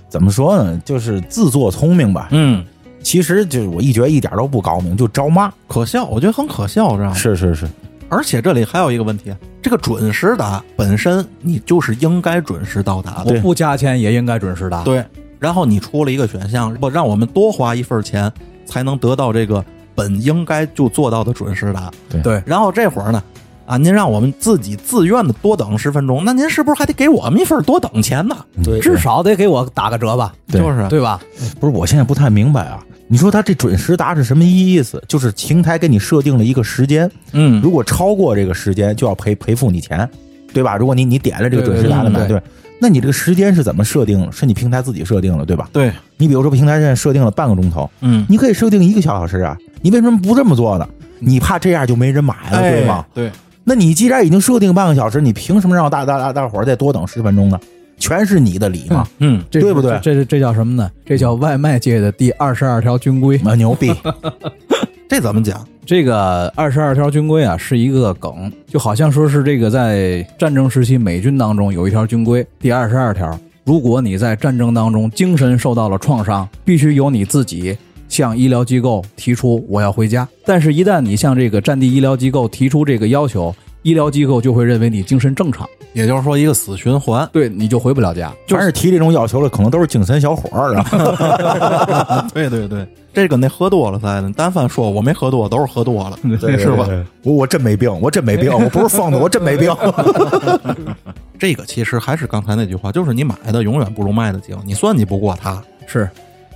Speaker 3: 怎么说呢？就是自作聪明吧。
Speaker 1: 嗯，
Speaker 3: 其实就是我一觉得一点都不高明，就招骂。
Speaker 1: 可笑，我觉得很可笑，知道吗？
Speaker 3: 是是是，
Speaker 1: 而且这里还有一个问题，这个准时达本身你就是应该准时到达的
Speaker 2: 我。不加钱也应该准时达。，
Speaker 1: 啊对，然后你出了一个选项，不让我们多花一份钱才能得到这个本应该就做到的准时达。
Speaker 3: 对
Speaker 2: 对
Speaker 1: 然后这会儿呢，啊，您让我们自己自愿的多等十分钟，那您是不是还得给我们一份多等钱呢？
Speaker 4: 对
Speaker 2: 至少得给我打个折吧，
Speaker 3: 对
Speaker 1: 就是
Speaker 2: 对吧？
Speaker 3: 不是，我现在不太明白啊。你说他这准时达是什么意思？就是平台给你设定了一个时间，
Speaker 1: 嗯，
Speaker 3: 如果超过这个时间就要赔赔付你钱，对吧？如果你你点了这个准时达的
Speaker 2: 对对
Speaker 3: 买，嗯
Speaker 2: 对
Speaker 3: 对，那你这个时间是怎么设定？是你平台自己设定了，对吧？
Speaker 1: 对，
Speaker 3: 你比如说平台现在设定了半个钟头，
Speaker 1: 嗯，
Speaker 3: 你可以设定一个小时啊，你为什么不这么做呢？你怕这样就没人买了，对吗？
Speaker 1: 对，
Speaker 3: 那你既然已经设定半个小时，你凭什么让大大大大伙儿再多等十分钟呢？全是你的理嘛，
Speaker 1: 嗯，
Speaker 2: 这
Speaker 3: 对不对
Speaker 2: 这这这叫什么呢？这叫外卖界的第二十二条军规。
Speaker 3: 啊牛 *laughs* 逼！
Speaker 1: 这怎么讲？
Speaker 2: 这个二十二条军规啊，是一个梗，就好像说是这个在战争时期美军当中有一条军规，第二十二条，如果你在战争当中精神受到了创伤，必须由你自己向医疗机构提出我要回家。但是，一旦你向这个战地医疗机构提出这个要求，医疗机构就会认为你精神正常，
Speaker 1: 也就是说一个死循环。 *laughs*
Speaker 2: 对你就回不了家。
Speaker 3: 凡是提这种要求的，可能都是精神小伙儿啊。
Speaker 1: 对对对，这跟那喝多了赛的，单帆说我没喝多，都是喝多了，
Speaker 2: *laughs*
Speaker 1: 是吧？
Speaker 3: 我我真没病，我真没 *laughs* 病，我不是疯子，我真没病。
Speaker 1: 这个其实还是刚才那句话，就是你买的永远不如卖的精，你算计不过他。
Speaker 2: 是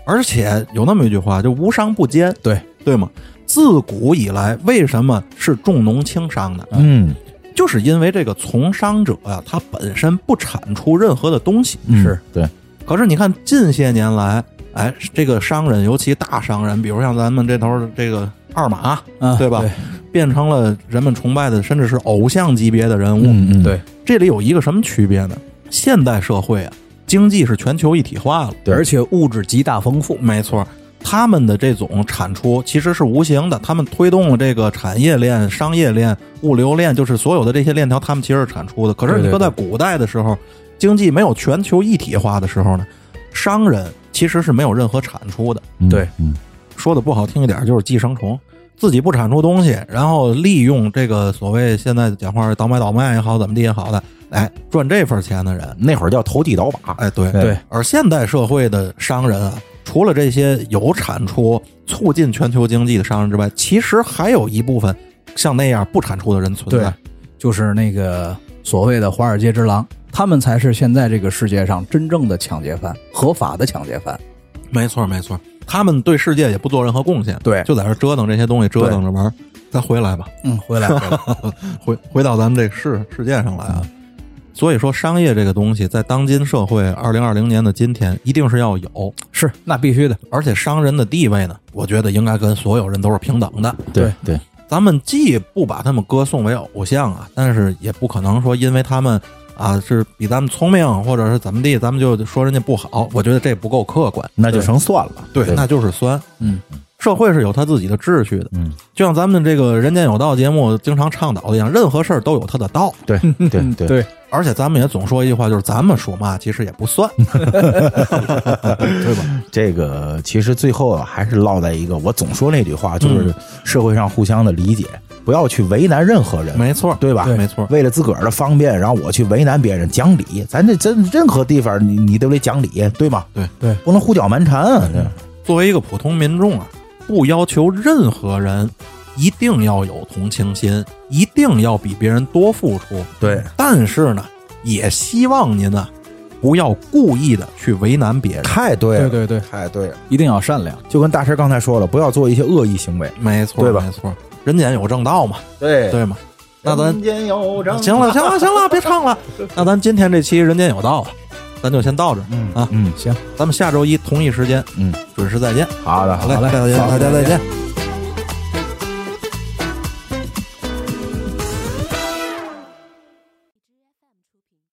Speaker 1: 而且有那么一句话，就无商不奸，
Speaker 2: 对
Speaker 1: 对吗？自古以来，为什么是重农轻商呢？
Speaker 3: 嗯，
Speaker 1: 就是因为这个从商者呀、他本身不产出任何的东西。
Speaker 3: 是嗯对，
Speaker 1: 可是你看近些年来，哎，这个商人，尤其大商人，比如像咱们这头儿的这个二马，
Speaker 2: 啊，
Speaker 1: 对吧？变成了人们崇拜的，甚至是偶像级别的人物。
Speaker 3: 嗯嗯
Speaker 2: 对
Speaker 1: 这里有一个什么区别呢？现代社会啊，经济是全球一体化了，
Speaker 3: 对
Speaker 2: 而且物质极大丰富，
Speaker 1: 没错。他们的这种产出其实是无形的，他们推动了这个产业链、商业链、物流链，就是所有的这些链条，他们其实是产出的。可是你
Speaker 2: 对对
Speaker 1: 说在古代的时候，经济没有全球一体化的时候呢，商人其实是没有任何产出的。
Speaker 2: 对，
Speaker 3: 嗯
Speaker 1: 说的不好听一点，就是寄生虫，自己不产出东西，然后利用这个所谓现在讲话是倒买倒卖也好，怎么地也好的，哎，赚这份钱的人，
Speaker 3: 那会儿叫投机倒把。
Speaker 1: 哎，对
Speaker 3: 对
Speaker 1: 而现代社会的商人啊，除了这些有产出、促进全球经济的商人之外，其实还有一部分像那样不产出的人存在。
Speaker 2: 就是那个所谓的华尔街之狼，他们才是现在这个世界上真正的抢劫犯，合法的抢劫犯。
Speaker 1: 没错，没错，他们对世界也不做任何贡献，
Speaker 2: 对
Speaker 1: 就在这折腾这些东西，折腾着玩儿。咱回来吧，
Speaker 2: 嗯，回来，回来
Speaker 1: 回回到咱们这个世世界上来
Speaker 2: 嗯
Speaker 1: 啊。所以说，商业这个东西在当今社会，二零二零年的今天，一定是要有。
Speaker 2: *laughs* 是那必须的。
Speaker 1: 而且，商人的地位呢，我觉得应该跟所有人都是平等
Speaker 2: 嗯
Speaker 1: 的。
Speaker 3: 对对，
Speaker 1: 咱们既不把他们歌颂为偶像啊，但是也不可能说因为他们啊是比咱们聪明或者是怎么地，咱们就说人家不好。我觉得这不够客观，
Speaker 3: 那就成算了。
Speaker 1: 对，那就是酸。
Speaker 2: 嗯，
Speaker 1: 社会是有它自己的秩序的。
Speaker 3: 嗯，
Speaker 1: 就像咱们这个《人间有道》节目经常倡导的一样，任何事儿都有它的道。
Speaker 3: 对对 *laughs* 对对，
Speaker 2: 对，
Speaker 1: 而且咱们也总说一句话，就是咱们说嘛，其实也不算。
Speaker 3: 嗯这个其实最后啊，还是落在一个我总说那句话，
Speaker 1: 嗯
Speaker 3: 就是社会上互相的理解，不要去为难任何人，
Speaker 1: 没错，
Speaker 3: 对吧？
Speaker 1: 没错。
Speaker 3: 为了自个儿的方便，然后我去为难别人，讲理，咱这真任何地方你你都得讲理，对吗？
Speaker 1: 对
Speaker 2: 对，
Speaker 3: 不能胡搅蛮缠啊！这
Speaker 1: 作为一个普通民众啊，不要求任何人一定要有同情心，一定要比别人多付出。
Speaker 3: 对，
Speaker 1: 但是呢，也希望您呢、不要故意的去为难别人。
Speaker 3: 太对
Speaker 2: 对
Speaker 3: 了，
Speaker 2: 对对，
Speaker 3: 太对了。
Speaker 2: 一定要善良。
Speaker 3: 就跟大师刚才说了，不要做一些恶意行为。
Speaker 1: 没错，
Speaker 3: 对吧
Speaker 1: 没错，人间有正道嘛，
Speaker 3: 对
Speaker 1: 对吗？那咱
Speaker 3: 人间有正
Speaker 1: 行了，行了，行了，别唱 *laughs* 了。那咱今天这期《人间有道》啊，咱就先到这儿啊。
Speaker 3: 嗯，
Speaker 1: 咱们下周一同一时间，
Speaker 3: 嗯，
Speaker 1: 准时再见。
Speaker 3: 好的，好
Speaker 1: 嘞，
Speaker 2: 嘞
Speaker 1: 大
Speaker 2: 嗯
Speaker 1: 家再见，大家再见。